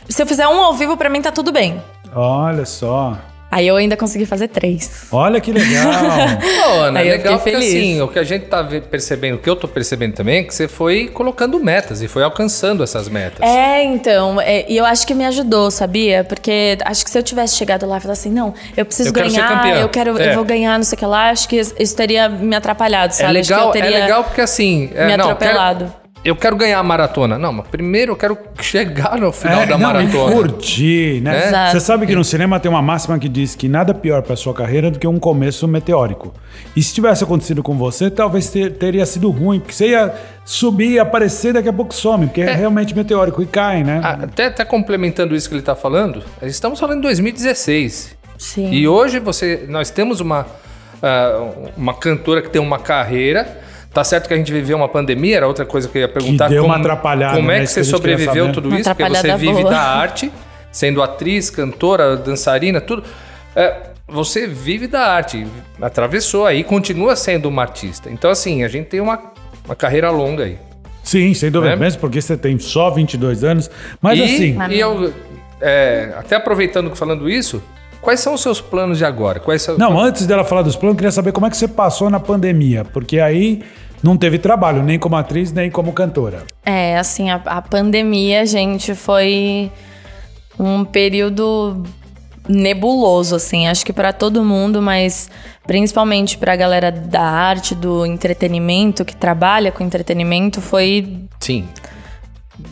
Speaker 4: se eu fizer um ao vivo pra mim tá tudo bem.
Speaker 1: Olha só.
Speaker 4: Aí eu ainda consegui fazer três.
Speaker 1: Olha que legal.
Speaker 2: Pô, Ana,
Speaker 4: Aí eu
Speaker 2: legal
Speaker 4: fiquei
Speaker 2: porque
Speaker 4: feliz.
Speaker 2: assim, o que a gente tá ve- percebendo, o que eu tô percebendo também, é que você foi colocando metas e foi alcançando essas metas.
Speaker 4: É, então, é, e eu acho que me ajudou, sabia? Porque acho que se eu tivesse chegado lá e falado assim, não, eu preciso
Speaker 2: Eu quero ser
Speaker 4: ganhar,
Speaker 2: campeã.
Speaker 4: eu quero,
Speaker 2: É.
Speaker 4: eu vou ganhar, não sei o que lá, acho que isso teria me atrapalhado,
Speaker 2: É
Speaker 4: sabe? Acho que eu
Speaker 2: legal, é
Speaker 4: teria-
Speaker 2: legal porque assim. é,
Speaker 4: me
Speaker 2: não, eu quero-
Speaker 4: atropelado.
Speaker 2: eu quero ganhar a maratona. Não, mas primeiro eu quero chegar no final
Speaker 1: É,
Speaker 2: da
Speaker 1: não, e
Speaker 2: maratona. É.
Speaker 1: curtir, né?
Speaker 4: Exato.
Speaker 1: Você sabe que no cinema tem uma máxima que diz que nada pior pra sua carreira do que um começo meteórico. E se tivesse acontecido com você, talvez ter- teria sido ruim, porque você ia subir, aparecer, daqui a pouco some, porque é, realmente meteórico e cai, né?
Speaker 2: Ah, Até, até complementando isso que ele está falando, estamos falando de 2016.
Speaker 4: Sim.
Speaker 2: E hoje você, nós temos uma, ah, uma cantora que tem uma carreira. Tá certo que a gente viveu uma pandemia, era outra coisa que eu ia perguntar.
Speaker 1: deu uma atrapalhada,
Speaker 2: Como
Speaker 1: né?
Speaker 2: é que
Speaker 1: Isso que
Speaker 2: você
Speaker 1: a gente queria
Speaker 2: sobreviveu
Speaker 1: saber.
Speaker 2: tudo
Speaker 4: Uma
Speaker 2: isso? Porque você
Speaker 4: atrapalhada
Speaker 2: vive
Speaker 4: boa.
Speaker 2: da arte, sendo atriz, cantora, dançarina, tudo. É, você vive da arte, atravessou aí, continua sendo uma artista. Então, assim, a gente tem uma, uma carreira longa aí.
Speaker 1: Sim, sem dúvida,
Speaker 2: né?
Speaker 1: mesmo porque você tem só 22 anos. Mas
Speaker 2: e,
Speaker 1: assim,
Speaker 2: e eu, é, até aproveitando que falando isso, quais são os seus planos de agora? Quais são,
Speaker 1: não, antes dela falar dos planos, eu queria saber como é que você passou na pandemia, porque aí não teve trabalho, nem como atriz, nem como cantora.
Speaker 4: É, assim, a, a pandemia, gente, foi um período nebuloso, assim, acho que pra todo mundo, mas principalmente pra galera da arte, do entretenimento, que trabalha com entretenimento, foi
Speaker 2: Sim.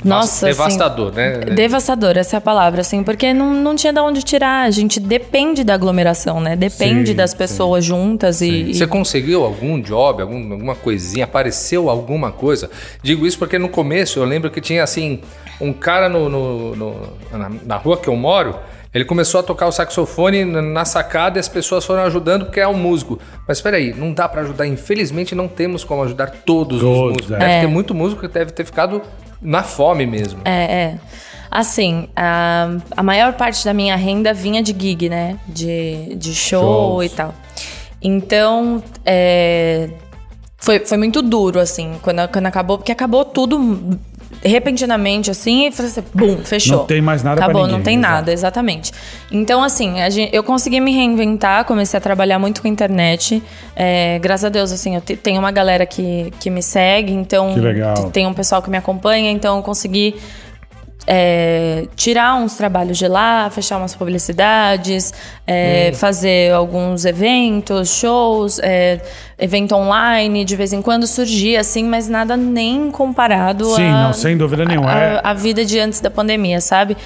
Speaker 4: Nossa, assim,
Speaker 2: Devastador, né?
Speaker 4: devastador essa é a palavra, assim, porque não, não tinha de onde tirar. A gente depende da aglomeração, né? Depende
Speaker 1: Sim,
Speaker 4: das pessoas juntas e.
Speaker 2: Você conseguiu algum job, algum- alguma coisinha? Apareceu alguma coisa? Digo isso porque no começo eu lembro que tinha assim, um cara no, no- no- na, na rua que eu moro, ele começou a tocar o saxofone na, na sacada e as pessoas foram ajudando porque é um músico. Mas peraí, não dá pra ajudar. Infelizmente não temos como ajudar todos, os
Speaker 1: Todos,
Speaker 2: músicos.
Speaker 1: é.
Speaker 2: Deve ter muito músico que deve ter ficado na fome mesmo.
Speaker 4: É, é. Assim, a, a maior parte da minha renda vinha de gig, né? De, de show
Speaker 1: Shows.
Speaker 4: e tal. Então, é, foi, foi muito duro, assim, quando, quando acabou, porque acabou tudo repentinamente, assim, e foi assim, bum, fechou.
Speaker 1: Não tem mais nada pra
Speaker 4: Acabou,
Speaker 1: ninguém,
Speaker 4: não tem
Speaker 1: exato.
Speaker 4: nada, exatamente. Então, assim, a gen- eu consegui me reinventar, comecei a trabalhar muito com internet. É, graças a Deus, assim, eu te- tenho uma galera que, que me segue, então
Speaker 1: Que legal.
Speaker 4: t- tem um pessoal que me acompanha, então eu consegui é, tirar uns trabalhos de lá, fechar umas publicidades, é,
Speaker 1: Hum.
Speaker 4: fazer alguns eventos, shows, é, evento online, de vez em quando surgia assim, mas nada nem comparado
Speaker 1: Sim,
Speaker 4: a-
Speaker 1: não, sem dúvida nenhuma.
Speaker 4: a,
Speaker 1: É-
Speaker 4: a vida de antes da pandemia, sabe?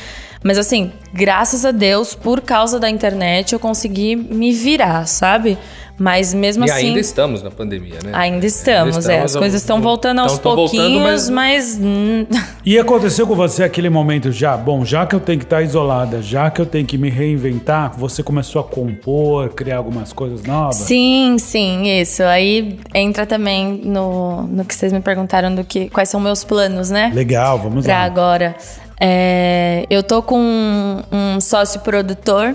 Speaker 4: Mas assim, graças a Deus, por causa da internet, eu consegui me virar, sabe? Mas mesmo
Speaker 2: e
Speaker 4: assim.
Speaker 2: ainda estamos na pandemia, né?
Speaker 4: Ainda estamos, é. As coisas estão voltando aos
Speaker 2: Tão- tão voltando,
Speaker 4: pouquinhos,
Speaker 2: mas-
Speaker 4: mas. hum,
Speaker 1: E aconteceu com você aquele momento já, bom, já que eu tenho que estar isolada, já que eu tenho que me reinventar, você começou a compor, criar algumas coisas novas?
Speaker 4: Sim, sim, isso. Aí entra também no, no que vocês me perguntaram do que quais são meus planos, né?
Speaker 1: Legal, vamos
Speaker 4: pra
Speaker 1: lá.
Speaker 4: agora. É, eu tô com um, um sócio produtor,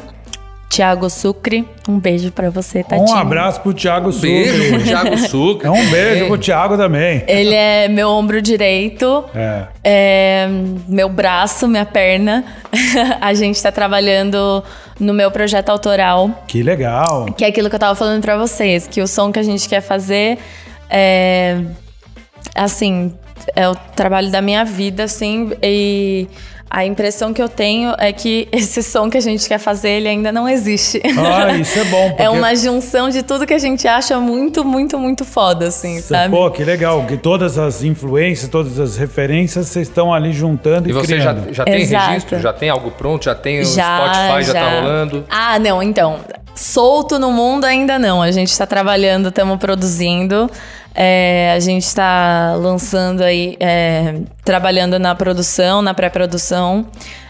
Speaker 4: Thiago Sucre. Um beijo pra você, Tatinho.
Speaker 1: Um abraço pro Thiago
Speaker 2: Um beijo
Speaker 1: Sucre.
Speaker 2: pro Thiago Sucre.
Speaker 1: É um beijo pro
Speaker 2: também.
Speaker 1: Thiago também.
Speaker 4: Ele é meu ombro direito.
Speaker 1: É.
Speaker 4: É, meu braço, minha perna. A gente tá trabalhando no meu projeto autoral.
Speaker 1: Que legal.
Speaker 4: Que é aquilo que eu tava falando pra vocês, que o som que a gente quer fazer é. Assim, é o trabalho da minha vida, assim, e a impressão que eu tenho é que esse som que a gente quer fazer, ele ainda não existe.
Speaker 1: Ah, isso é bom, porque-
Speaker 4: É uma junção de tudo que a gente acha muito, muito, muito foda, assim, sabe?
Speaker 1: Pô, que legal, que todas as influências, todas as referências, vocês estão ali juntando e,
Speaker 2: E você já,
Speaker 1: criando.
Speaker 2: já tem
Speaker 4: Exato.
Speaker 2: registro? Já tem algo pronto? Já tem o Spotify? Já, tá rolando?
Speaker 4: Ah, não, então. solto no mundo ainda não. A gente está trabalhando, estamos produzindo. É, a gente está lançando aí, é, trabalhando na produção, na pré-produção.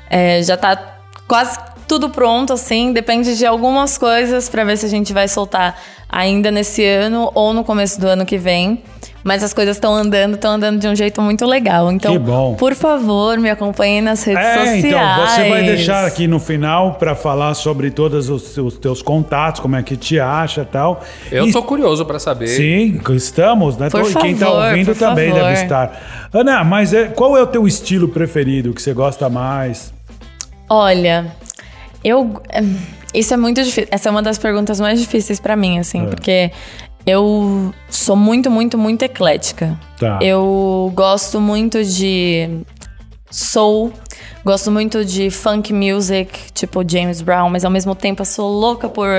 Speaker 4: É, já tá quase tudo pronto, assim. Depende de algumas coisas para ver se a gente vai soltar ainda nesse ano ou no começo do ano que vem. Mas as coisas estão andando, estão andando de um jeito muito legal. Então,
Speaker 1: Que bom.
Speaker 4: por favor, me acompanhem nas redes
Speaker 1: É,
Speaker 4: sociais.
Speaker 1: então, você vai deixar aqui no final pra falar sobre todos os, os teus contatos, como é que te acha e tal.
Speaker 2: Eu
Speaker 1: e,
Speaker 2: tô curioso pra saber.
Speaker 1: Sim, estamos, né?
Speaker 4: Por
Speaker 1: e quem tá
Speaker 4: favor,
Speaker 1: ouvindo
Speaker 4: por
Speaker 1: também
Speaker 4: favor.
Speaker 1: deve estar. Ana, mas é- qual é o teu estilo preferido que você gosta mais?
Speaker 4: Olha, eu. Isso é muito difícil. Essa é uma das perguntas mais difíceis pra mim, assim, porque eu sou muito, muito, muito eclética.
Speaker 1: Tá.
Speaker 4: Eu gosto muito de soul, gosto muito de funk music, tipo James Brown, mas ao mesmo tempo eu sou louca por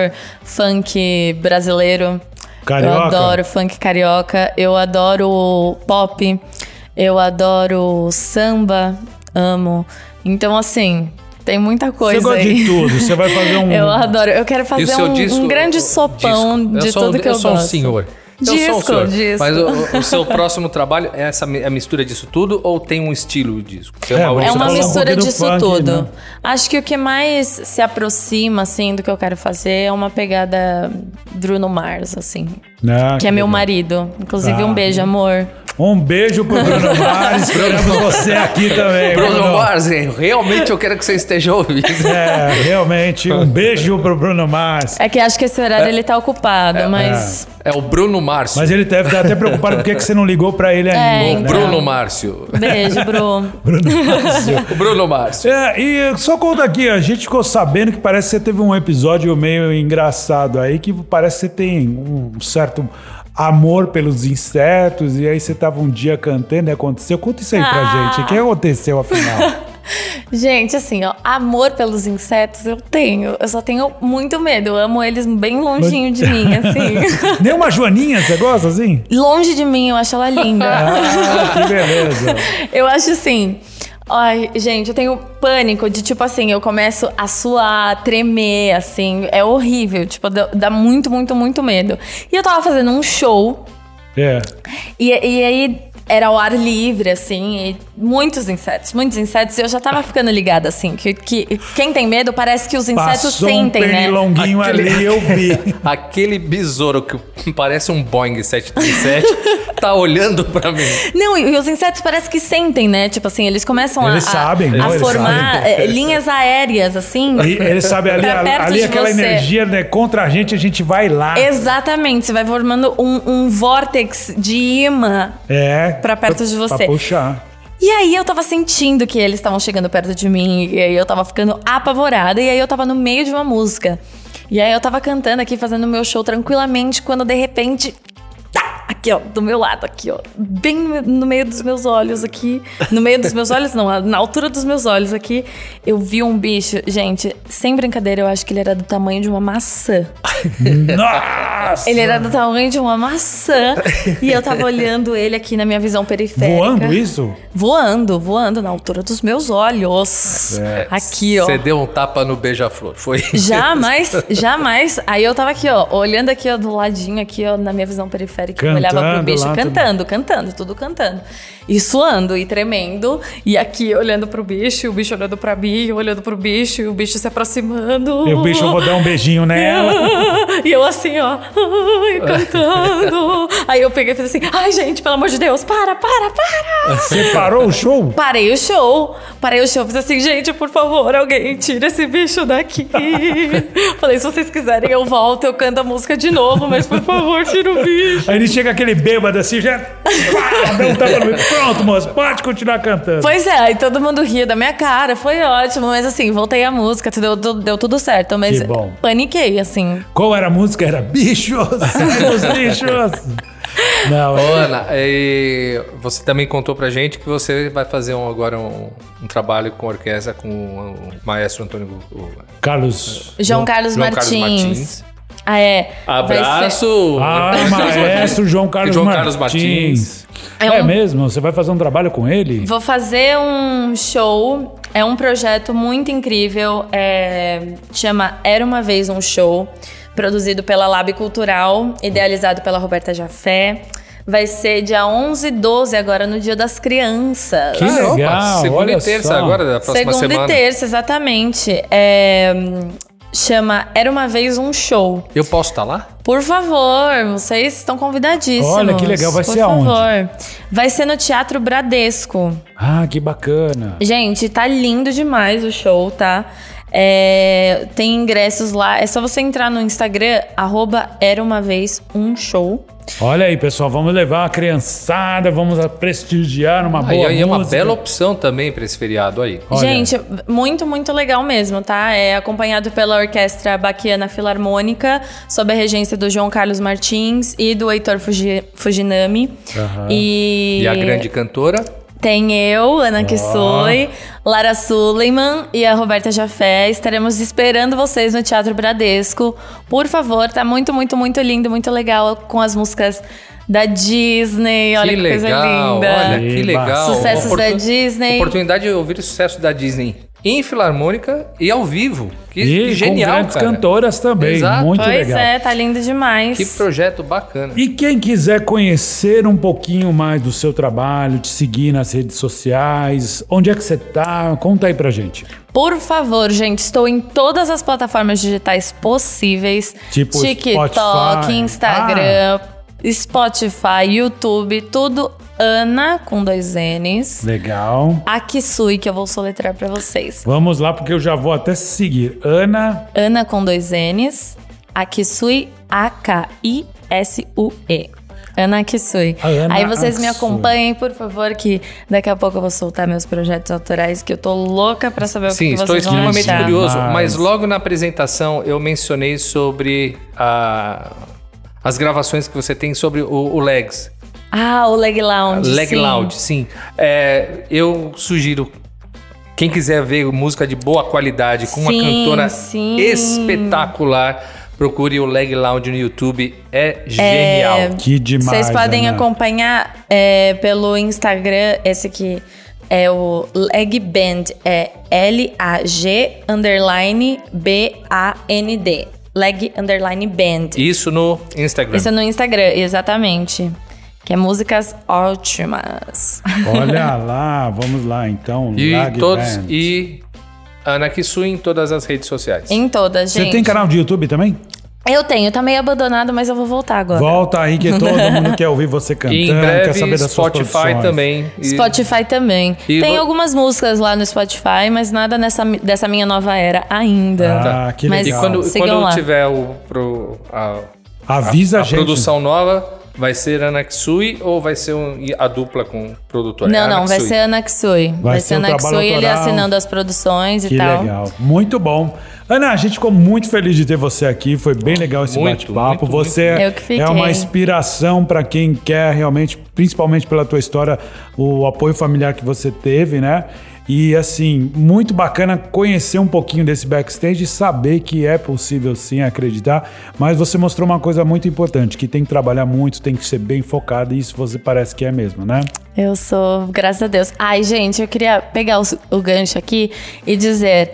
Speaker 4: funk brasileiro. Eu
Speaker 1: Carioca?
Speaker 4: adoro funk carioca, eu adoro pop, eu adoro samba, amo. Então, assim, tem muita coisa
Speaker 1: você gosta
Speaker 4: aí.
Speaker 1: de tudo, você vai fazer um.
Speaker 4: é. Eu adoro. Eu quero
Speaker 2: E o
Speaker 4: fazer
Speaker 2: seu
Speaker 4: um,
Speaker 2: disco-
Speaker 4: um grande
Speaker 2: disco?
Speaker 4: sopão
Speaker 2: Eu
Speaker 4: de
Speaker 2: sou um-
Speaker 4: tudo que eu,
Speaker 2: eu sou um
Speaker 4: gosto.
Speaker 2: senhor. eu sou um
Speaker 4: Disco,
Speaker 2: senhor.
Speaker 4: disco.
Speaker 2: Mas o, o seu próximo trabalho é essa mi- a mistura disso tudo ou tem um estilo disso? Seu
Speaker 1: É,
Speaker 2: Maurício
Speaker 4: É uma
Speaker 1: Você
Speaker 2: falou-
Speaker 1: falou um
Speaker 4: mistura
Speaker 1: pouquinho do
Speaker 4: disso
Speaker 1: funk,
Speaker 4: tudo.
Speaker 1: né?
Speaker 4: Acho que o que mais se aproxima, assim, do que eu quero fazer é uma pegada Bruno Mars, assim.
Speaker 1: Ah,
Speaker 4: que é meu
Speaker 1: legal.
Speaker 4: marido. Inclusive,
Speaker 1: Tá.
Speaker 4: um beijo, amor.
Speaker 1: Um beijo pro Bruno Mars, esperamos você aqui também.
Speaker 2: Bruno
Speaker 1: Brunão.
Speaker 2: Mars, hein? realmente eu quero que você esteja ouvindo.
Speaker 1: É, realmente, um beijo pro Bruno Mars.
Speaker 4: É que acho que esse horário ele tá ocupado, mas.
Speaker 2: É o Bruno Márcio.
Speaker 1: Mas ele deve estar até preocupado porque é que você não ligou pra ele ainda.
Speaker 2: O
Speaker 1: né?
Speaker 4: então.
Speaker 2: Bruno Márcio.
Speaker 1: É.
Speaker 4: Beijo, Bru.
Speaker 1: Bruno Mars.
Speaker 2: O Bruno Márcio.
Speaker 1: É, e só conta aqui, a gente ficou sabendo que parece que você teve um episódio meio engraçado aí, que parece que você tem um certo amor pelos insetos, e aí você tava um dia cantando e aconteceu. Conta isso aí pra
Speaker 4: Ah.
Speaker 1: gente, o que aconteceu afinal?
Speaker 4: Gente, assim, ó, amor pelos insetos eu tenho. Eu só tenho muito medo. Eu amo eles bem longinho de mim, assim.
Speaker 1: Nenhuma Joaninha, você gosta assim?
Speaker 4: Longe de mim, eu acho ela linda.
Speaker 1: Ah, que beleza.
Speaker 4: Eu acho assim. Ai, gente, eu tenho pânico de tipo assim, eu começo a suar, a tremer, assim, é horrível, tipo, dá dá muito, muito, muito medo. E eu tava fazendo um show,
Speaker 1: É.
Speaker 4: e, e aí era ao ar livre, assim, e muitos insetos, muitos insetos, e eu já tava ficando ligada, assim, que, que quem tem medo parece que os insetos
Speaker 1: Passou
Speaker 4: sentem,
Speaker 1: um
Speaker 4: né?
Speaker 1: pernilonguinho
Speaker 2: Aquele-
Speaker 1: ali, eu vi.
Speaker 2: Aquele besouro que parece um Boeing 737 tá olhando pra mim.
Speaker 4: Não, e os insetos parece que sentem, né? Tipo assim, eles começam a-
Speaker 1: Eles
Speaker 4: a,
Speaker 1: sabem,
Speaker 4: a
Speaker 1: não, eles
Speaker 4: formar
Speaker 1: sabem.
Speaker 4: eh, linhas aéreas, assim.
Speaker 1: E ele sabe, ali,
Speaker 4: Pra perto
Speaker 1: ali
Speaker 4: de
Speaker 1: aquela
Speaker 4: você.
Speaker 1: energia, né? Contra a gente, a gente vai lá.
Speaker 4: Exatamente, você vai formando um, um vórtex de imã
Speaker 1: É.
Speaker 4: pra perto de você.
Speaker 1: Pra puxar.
Speaker 4: E aí eu tava sentindo que eles estavam chegando perto de mim, e aí eu tava ficando apavorada, e aí eu tava no meio de uma música. E aí eu tava cantando aqui, fazendo meu show tranquilamente, quando de repente. tá, Aqui, ó, do meu lado, aqui, ó. Bem no- no meio dos meus olhos aqui. No meio dos meus olhos, não, na altura dos meus olhos aqui, eu vi um bicho. Gente, sem brincadeira, eu acho que ele era do tamanho de uma maçã.
Speaker 1: Nossa!
Speaker 4: Ele era do tamanho de uma maçã. e eu tava olhando ele aqui na minha visão periférica.
Speaker 1: Voando isso?
Speaker 4: Voando, voando na altura dos meus olhos.
Speaker 1: É.
Speaker 4: Aqui, ó.
Speaker 2: Você deu um tapa no beija-flor. Foi
Speaker 4: Jamais, jamais. Aí eu tava aqui, ó, olhando aqui, ó, do ladinho, aqui, ó, na minha visão periférica. eu olhava pro
Speaker 1: Cantando
Speaker 4: bicho,
Speaker 1: lá,
Speaker 4: cantando, cantando, tudo cantando. E suando e tremendo. E aqui olhando pro bicho, o bicho olhando pra mim, eu olhando pro bicho, e o bicho se aproximando.
Speaker 1: Eu, bicho, eu vou dar um beijinho nela.
Speaker 4: E eu assim, ó, ai, cantando. Aí eu peguei e fiz assim, ai, gente, pelo amor de Deus, para, para, para.
Speaker 1: Você parou o show?
Speaker 4: Parei o show, parei o show, fiz assim, gente, por favor, alguém tira esse bicho daqui. Falei, se vocês quiserem, eu volto, eu canto a música de novo, mas por favor, tira o bicho.
Speaker 1: Aí ele chega aquele bêbado assim, já. Pá, dá um tapa no meio. Pronto, moço, pode continuar cantando.
Speaker 4: Pois é, aí todo mundo ria da minha cara, foi ótimo, mas assim, voltei a música, deu, deu, deu tudo certo, mas
Speaker 1: Que bom.
Speaker 4: paniquei, assim.
Speaker 1: Qual era a música? Era bichos, sai dos bichos. Não,
Speaker 2: Ô,
Speaker 1: é-
Speaker 2: Ana, e você também contou pra gente que você vai fazer um- agora um, um trabalho com orquestra com o maestro Antônio Gu- o-
Speaker 1: Carlos.
Speaker 4: João Carlos,
Speaker 2: João
Speaker 4: Martins.
Speaker 2: Carlos Martins.
Speaker 4: Ah, é. vai ser-
Speaker 2: Abraço!
Speaker 1: Ah, maestro João Carlos
Speaker 2: João Carlos
Speaker 1: Martins.
Speaker 2: Martins.
Speaker 4: É
Speaker 1: É
Speaker 4: um-
Speaker 1: mesmo? Você vai fazer um trabalho com ele?
Speaker 4: Vou fazer um show É um projeto muito incrível, é, chama Era Uma Vez Um Show, produzido pela Lab Cultural, idealizado pela Roberta Jafé. Vai ser dia 11 e 12, agora no Dia das Crianças.
Speaker 1: Que legal,
Speaker 2: Ah, segunda
Speaker 1: olha
Speaker 2: e terça
Speaker 1: só.
Speaker 2: agora, da próxima
Speaker 4: Segunda
Speaker 2: semana.
Speaker 4: e terça, exatamente. É, chama Era Uma Vez Um Show.
Speaker 2: Eu posso estar lá?
Speaker 4: Por favor, vocês estão convidadíssimos.
Speaker 1: Olha, que legal. Vai
Speaker 4: Por
Speaker 1: ser aonde?
Speaker 4: favor. Vai ser no Teatro Bradesco.
Speaker 1: Ah, que bacana.
Speaker 4: Gente, tá lindo demais o show, tá? É, tem ingressos lá. É só você entrar no Instagram, arroba era uma vez um show.
Speaker 1: Olha aí, pessoal, vamos levar a criançada, vamos a prestigiar uma
Speaker 2: Aí,
Speaker 1: boa
Speaker 2: aí é uma
Speaker 1: música.
Speaker 2: bela opção também pra esse feriado aí.
Speaker 1: Olha.
Speaker 4: Gente, muito, muito legal mesmo, tá? É acompanhado pela Orquestra Baquiana Filarmônica, sob a regência do João Carlos Martins e do Heitor Fuji- Fujinami. E...
Speaker 2: E a grande cantora?
Speaker 4: Tem eu, Ana Kisui, Lara Suleiman e a Roberta Jafé. Estaremos esperando vocês no Teatro Bradesco. Por favor, tá muito, muito, muito lindo, muito legal com as músicas da Disney. Olha que,
Speaker 2: legal,
Speaker 4: coisa linda.
Speaker 2: olha que
Speaker 1: Eba.
Speaker 2: legal.
Speaker 4: Sucessos
Speaker 2: Oportu-
Speaker 4: da Disney.
Speaker 2: Oportunidade de ouvir o sucesso da Disney em filarmônica e ao vivo. Que,
Speaker 1: e
Speaker 2: que
Speaker 1: com
Speaker 2: genial,
Speaker 1: grandes
Speaker 2: cara.
Speaker 1: cantoras também,
Speaker 2: Exato.
Speaker 1: muito
Speaker 4: Pois
Speaker 1: legal.
Speaker 4: é, tá lindo demais.
Speaker 2: Que projeto bacana.
Speaker 1: E quem quiser conhecer um pouquinho mais do seu trabalho, te seguir nas redes sociais, onde é que você tá? Conta aí pra gente.
Speaker 4: Por favor, gente, estou em todas as plataformas digitais possíveis.
Speaker 1: Tipo
Speaker 4: TikTok,
Speaker 1: Spotify.
Speaker 4: Instagram, Spotify, YouTube, tudo Ana com dois N's.
Speaker 1: Legal.
Speaker 4: Akisui, que eu vou soletrar pra vocês.
Speaker 1: Vamos lá, porque eu já vou até seguir. Ana,
Speaker 4: Ana com dois N's. Akisui, A-K-I-S-U-E. Ana Akisui.
Speaker 2: Ah,
Speaker 1: Ana
Speaker 4: Aí vocês me
Speaker 1: Akisui.
Speaker 4: acompanhem, por favor, que daqui a pouco eu vou soltar meus projetos autorais, que eu tô louca pra saber o
Speaker 2: Sim,
Speaker 4: que, que
Speaker 2: estou
Speaker 4: vocês vão
Speaker 2: extremamente
Speaker 4: achar.
Speaker 2: curioso,
Speaker 1: Mas-
Speaker 2: mas logo na apresentação eu mencionei sobre a- as gravações que você tem sobre o, o Legs.
Speaker 4: Ah, o Leg Lounge.
Speaker 2: Leg
Speaker 4: sim.
Speaker 2: Loud, sim. É, eu sugiro. Quem quiser ver música de boa qualidade com uma
Speaker 4: Sim,
Speaker 2: cantora
Speaker 4: sim.
Speaker 2: espetacular, procure o Leg Loud no YouTube. É genial.
Speaker 1: que demais.
Speaker 4: Vocês podem
Speaker 1: Ana.
Speaker 4: acompanhar é, pelo Instagram, esse aqui é o Leg Band, é L-A-G underline B-A-N-D. Leg underline band.
Speaker 2: Isso no Instagram.
Speaker 4: Isso é no Instagram, exatamente. Que é músicas ótimas.
Speaker 1: Olha lá, vamos lá então.
Speaker 2: E
Speaker 1: Lag
Speaker 2: todos
Speaker 1: Band.
Speaker 2: e Ana Kisui em todas as redes sociais.
Speaker 4: em todas, gente.
Speaker 1: Você tem canal de YouTube também?
Speaker 4: Eu tenho, tá meio abandonado, mas eu vou voltar agora.
Speaker 1: Volta aí que todo mundo quer ouvir você cantando,
Speaker 2: E em
Speaker 1: quer saber
Speaker 2: breve
Speaker 1: das suas
Speaker 2: Spotify
Speaker 1: produções.
Speaker 2: também. E-
Speaker 4: Spotify também.
Speaker 2: E
Speaker 4: Tem
Speaker 2: vo-
Speaker 4: algumas músicas lá no Spotify, mas nada nessa, mi- dessa minha nova era ainda.
Speaker 1: Ah, que
Speaker 4: Mas-
Speaker 2: E
Speaker 1: legal.
Speaker 2: quando,
Speaker 4: Sigam
Speaker 2: quando
Speaker 4: lá.
Speaker 2: tiver o, pro- a,
Speaker 1: Avisa a,
Speaker 2: Tá. a
Speaker 1: gente.
Speaker 2: produção nova, vai ser Ana Kisui ou vai ser um- a dupla com o produtor? É
Speaker 4: Não,
Speaker 2: Ana
Speaker 4: não, vai
Speaker 2: Kisui.
Speaker 4: ser Ana Kisui. Vai,
Speaker 1: ser
Speaker 4: ser
Speaker 1: o
Speaker 4: Ana
Speaker 1: trabalho
Speaker 4: Kisui, ele
Speaker 1: autoral.
Speaker 4: assinando as produções
Speaker 1: Que
Speaker 4: e tal.
Speaker 1: legal. Muito bom. Ana, a gente ficou muito feliz de ter você aqui. Foi bem legal esse
Speaker 2: Muito,
Speaker 1: bate-papo.
Speaker 2: muito,
Speaker 1: Você
Speaker 4: muito. Eu que fiquei.
Speaker 1: é uma inspiração para quem quer realmente, principalmente pela tua história, o apoio familiar que você teve, né? E assim, muito bacana conhecer um pouquinho desse backstage e saber que é possível sim acreditar. Mas você mostrou uma coisa muito importante, que tem que trabalhar muito, tem que ser bem focado, e isso você parece que é mesmo, né?
Speaker 4: Eu sou, graças a Deus. Ai, gente, eu queria pegar os- o, gancho aqui e dizer.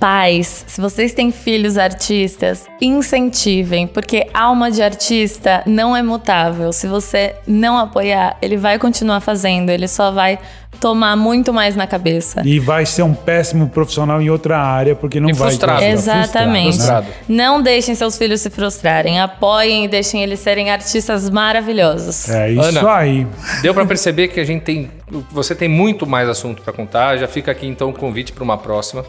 Speaker 4: Pais, se vocês têm filhos artistas, incentivem, porque alma de artista não é mutável. Se você não apoiar, ele vai continuar fazendo, ele só vai tomar muito mais na cabeça.
Speaker 1: E vai ser um péssimo profissional em outra área, porque não
Speaker 2: E
Speaker 1: vai
Speaker 2: frustrado.
Speaker 1: vai ficar
Speaker 4: Exatamente.
Speaker 1: frustrado, né?
Speaker 2: Frustrado.
Speaker 4: Não deixem seus filhos se frustrarem. Apoiem e deixem eles serem artistas maravilhosos.
Speaker 1: É isso
Speaker 2: Ana.
Speaker 1: aí.
Speaker 2: Deu pra perceber que a gente tem, você tem muito mais assunto pra contar. Já fica aqui então o convite pra uma próxima.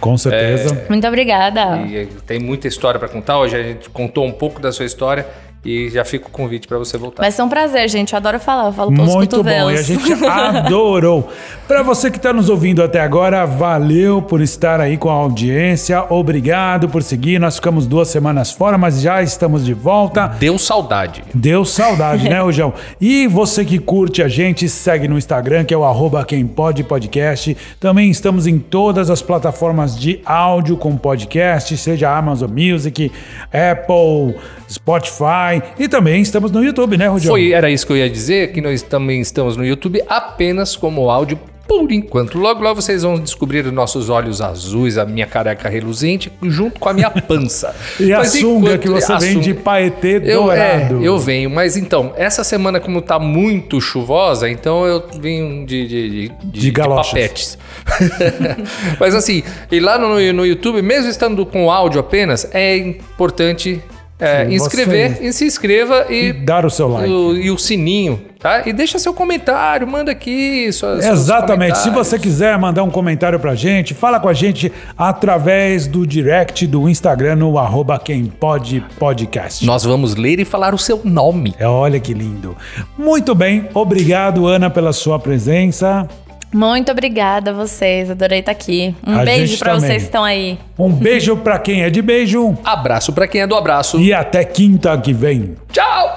Speaker 1: Com certeza.
Speaker 4: Muito obrigada.
Speaker 1: tá
Speaker 2: E eh, tem muita história pra contar. Hoje a gente contou um pouco da sua história e já fica o convite pra você voltar.
Speaker 4: Vai ser um prazer, gente. Eu adoro falar. Eu falo pelos
Speaker 1: Muito bom,
Speaker 4: cotovelos.
Speaker 1: e a gente Ah! adorou. Para você que está nos ouvindo até agora, valeu por estar aí com a audiência, obrigado por seguir. Nós ficamos duas semanas fora, mas já estamos de volta.
Speaker 2: Deu saudade.
Speaker 1: Deu saudade, né, Rojão? E você que curte a gente, segue no Instagram, que é o arroba quem pode podcast. Também estamos em todas as plataformas de áudio com podcast, seja Amazon Music, Apple, Spotify. E também estamos no YouTube, né, Rojão?
Speaker 2: Foi, era isso que eu ia dizer, que nós também estamos no YouTube apenas como áudio por enquanto. Logo, logo vocês vão descobrir os nossos olhos azuis, a minha careca reluzente, junto com a minha pança.
Speaker 1: E a
Speaker 2: Mas
Speaker 1: sunga
Speaker 2: enquanto-
Speaker 1: que você
Speaker 2: a
Speaker 1: vem de
Speaker 2: sunga.
Speaker 1: paetê
Speaker 2: Eu, é,
Speaker 1: dourado.
Speaker 2: eu venho, mas então, essa semana, como tá muito chuvosa, então eu vim de, de, de, de- de
Speaker 1: galochas.
Speaker 2: papetes. mas assim, e lá no, no YouTube, mesmo estando com áudio apenas, é importante é,
Speaker 1: Sim,
Speaker 2: inscrever
Speaker 1: você-
Speaker 2: e se inscreva e,
Speaker 1: Dar o seu like.
Speaker 2: o- e o sininho, tá? E deixa seu comentário, manda aqui. Suas, seus
Speaker 1: Exatamente. Se
Speaker 2: comentários.
Speaker 1: você quiser mandar um comentário pra gente, fala com a gente através do direct do Instagram no arroba quem pode podcast.
Speaker 2: Nós vamos ler e falar o seu nome.
Speaker 1: É, olha que lindo. Muito bem, obrigado, Ana, pela sua presença.
Speaker 4: Muito obrigada a vocês, adorei estar aqui. Um
Speaker 1: A
Speaker 4: beijo
Speaker 1: gente
Speaker 4: pra
Speaker 1: também.
Speaker 4: vocês que estão aí.
Speaker 1: Um beijo pra quem é de beijo
Speaker 2: Abraço pra quem é do abraço.
Speaker 1: e até quinta que vem.
Speaker 2: Tchau!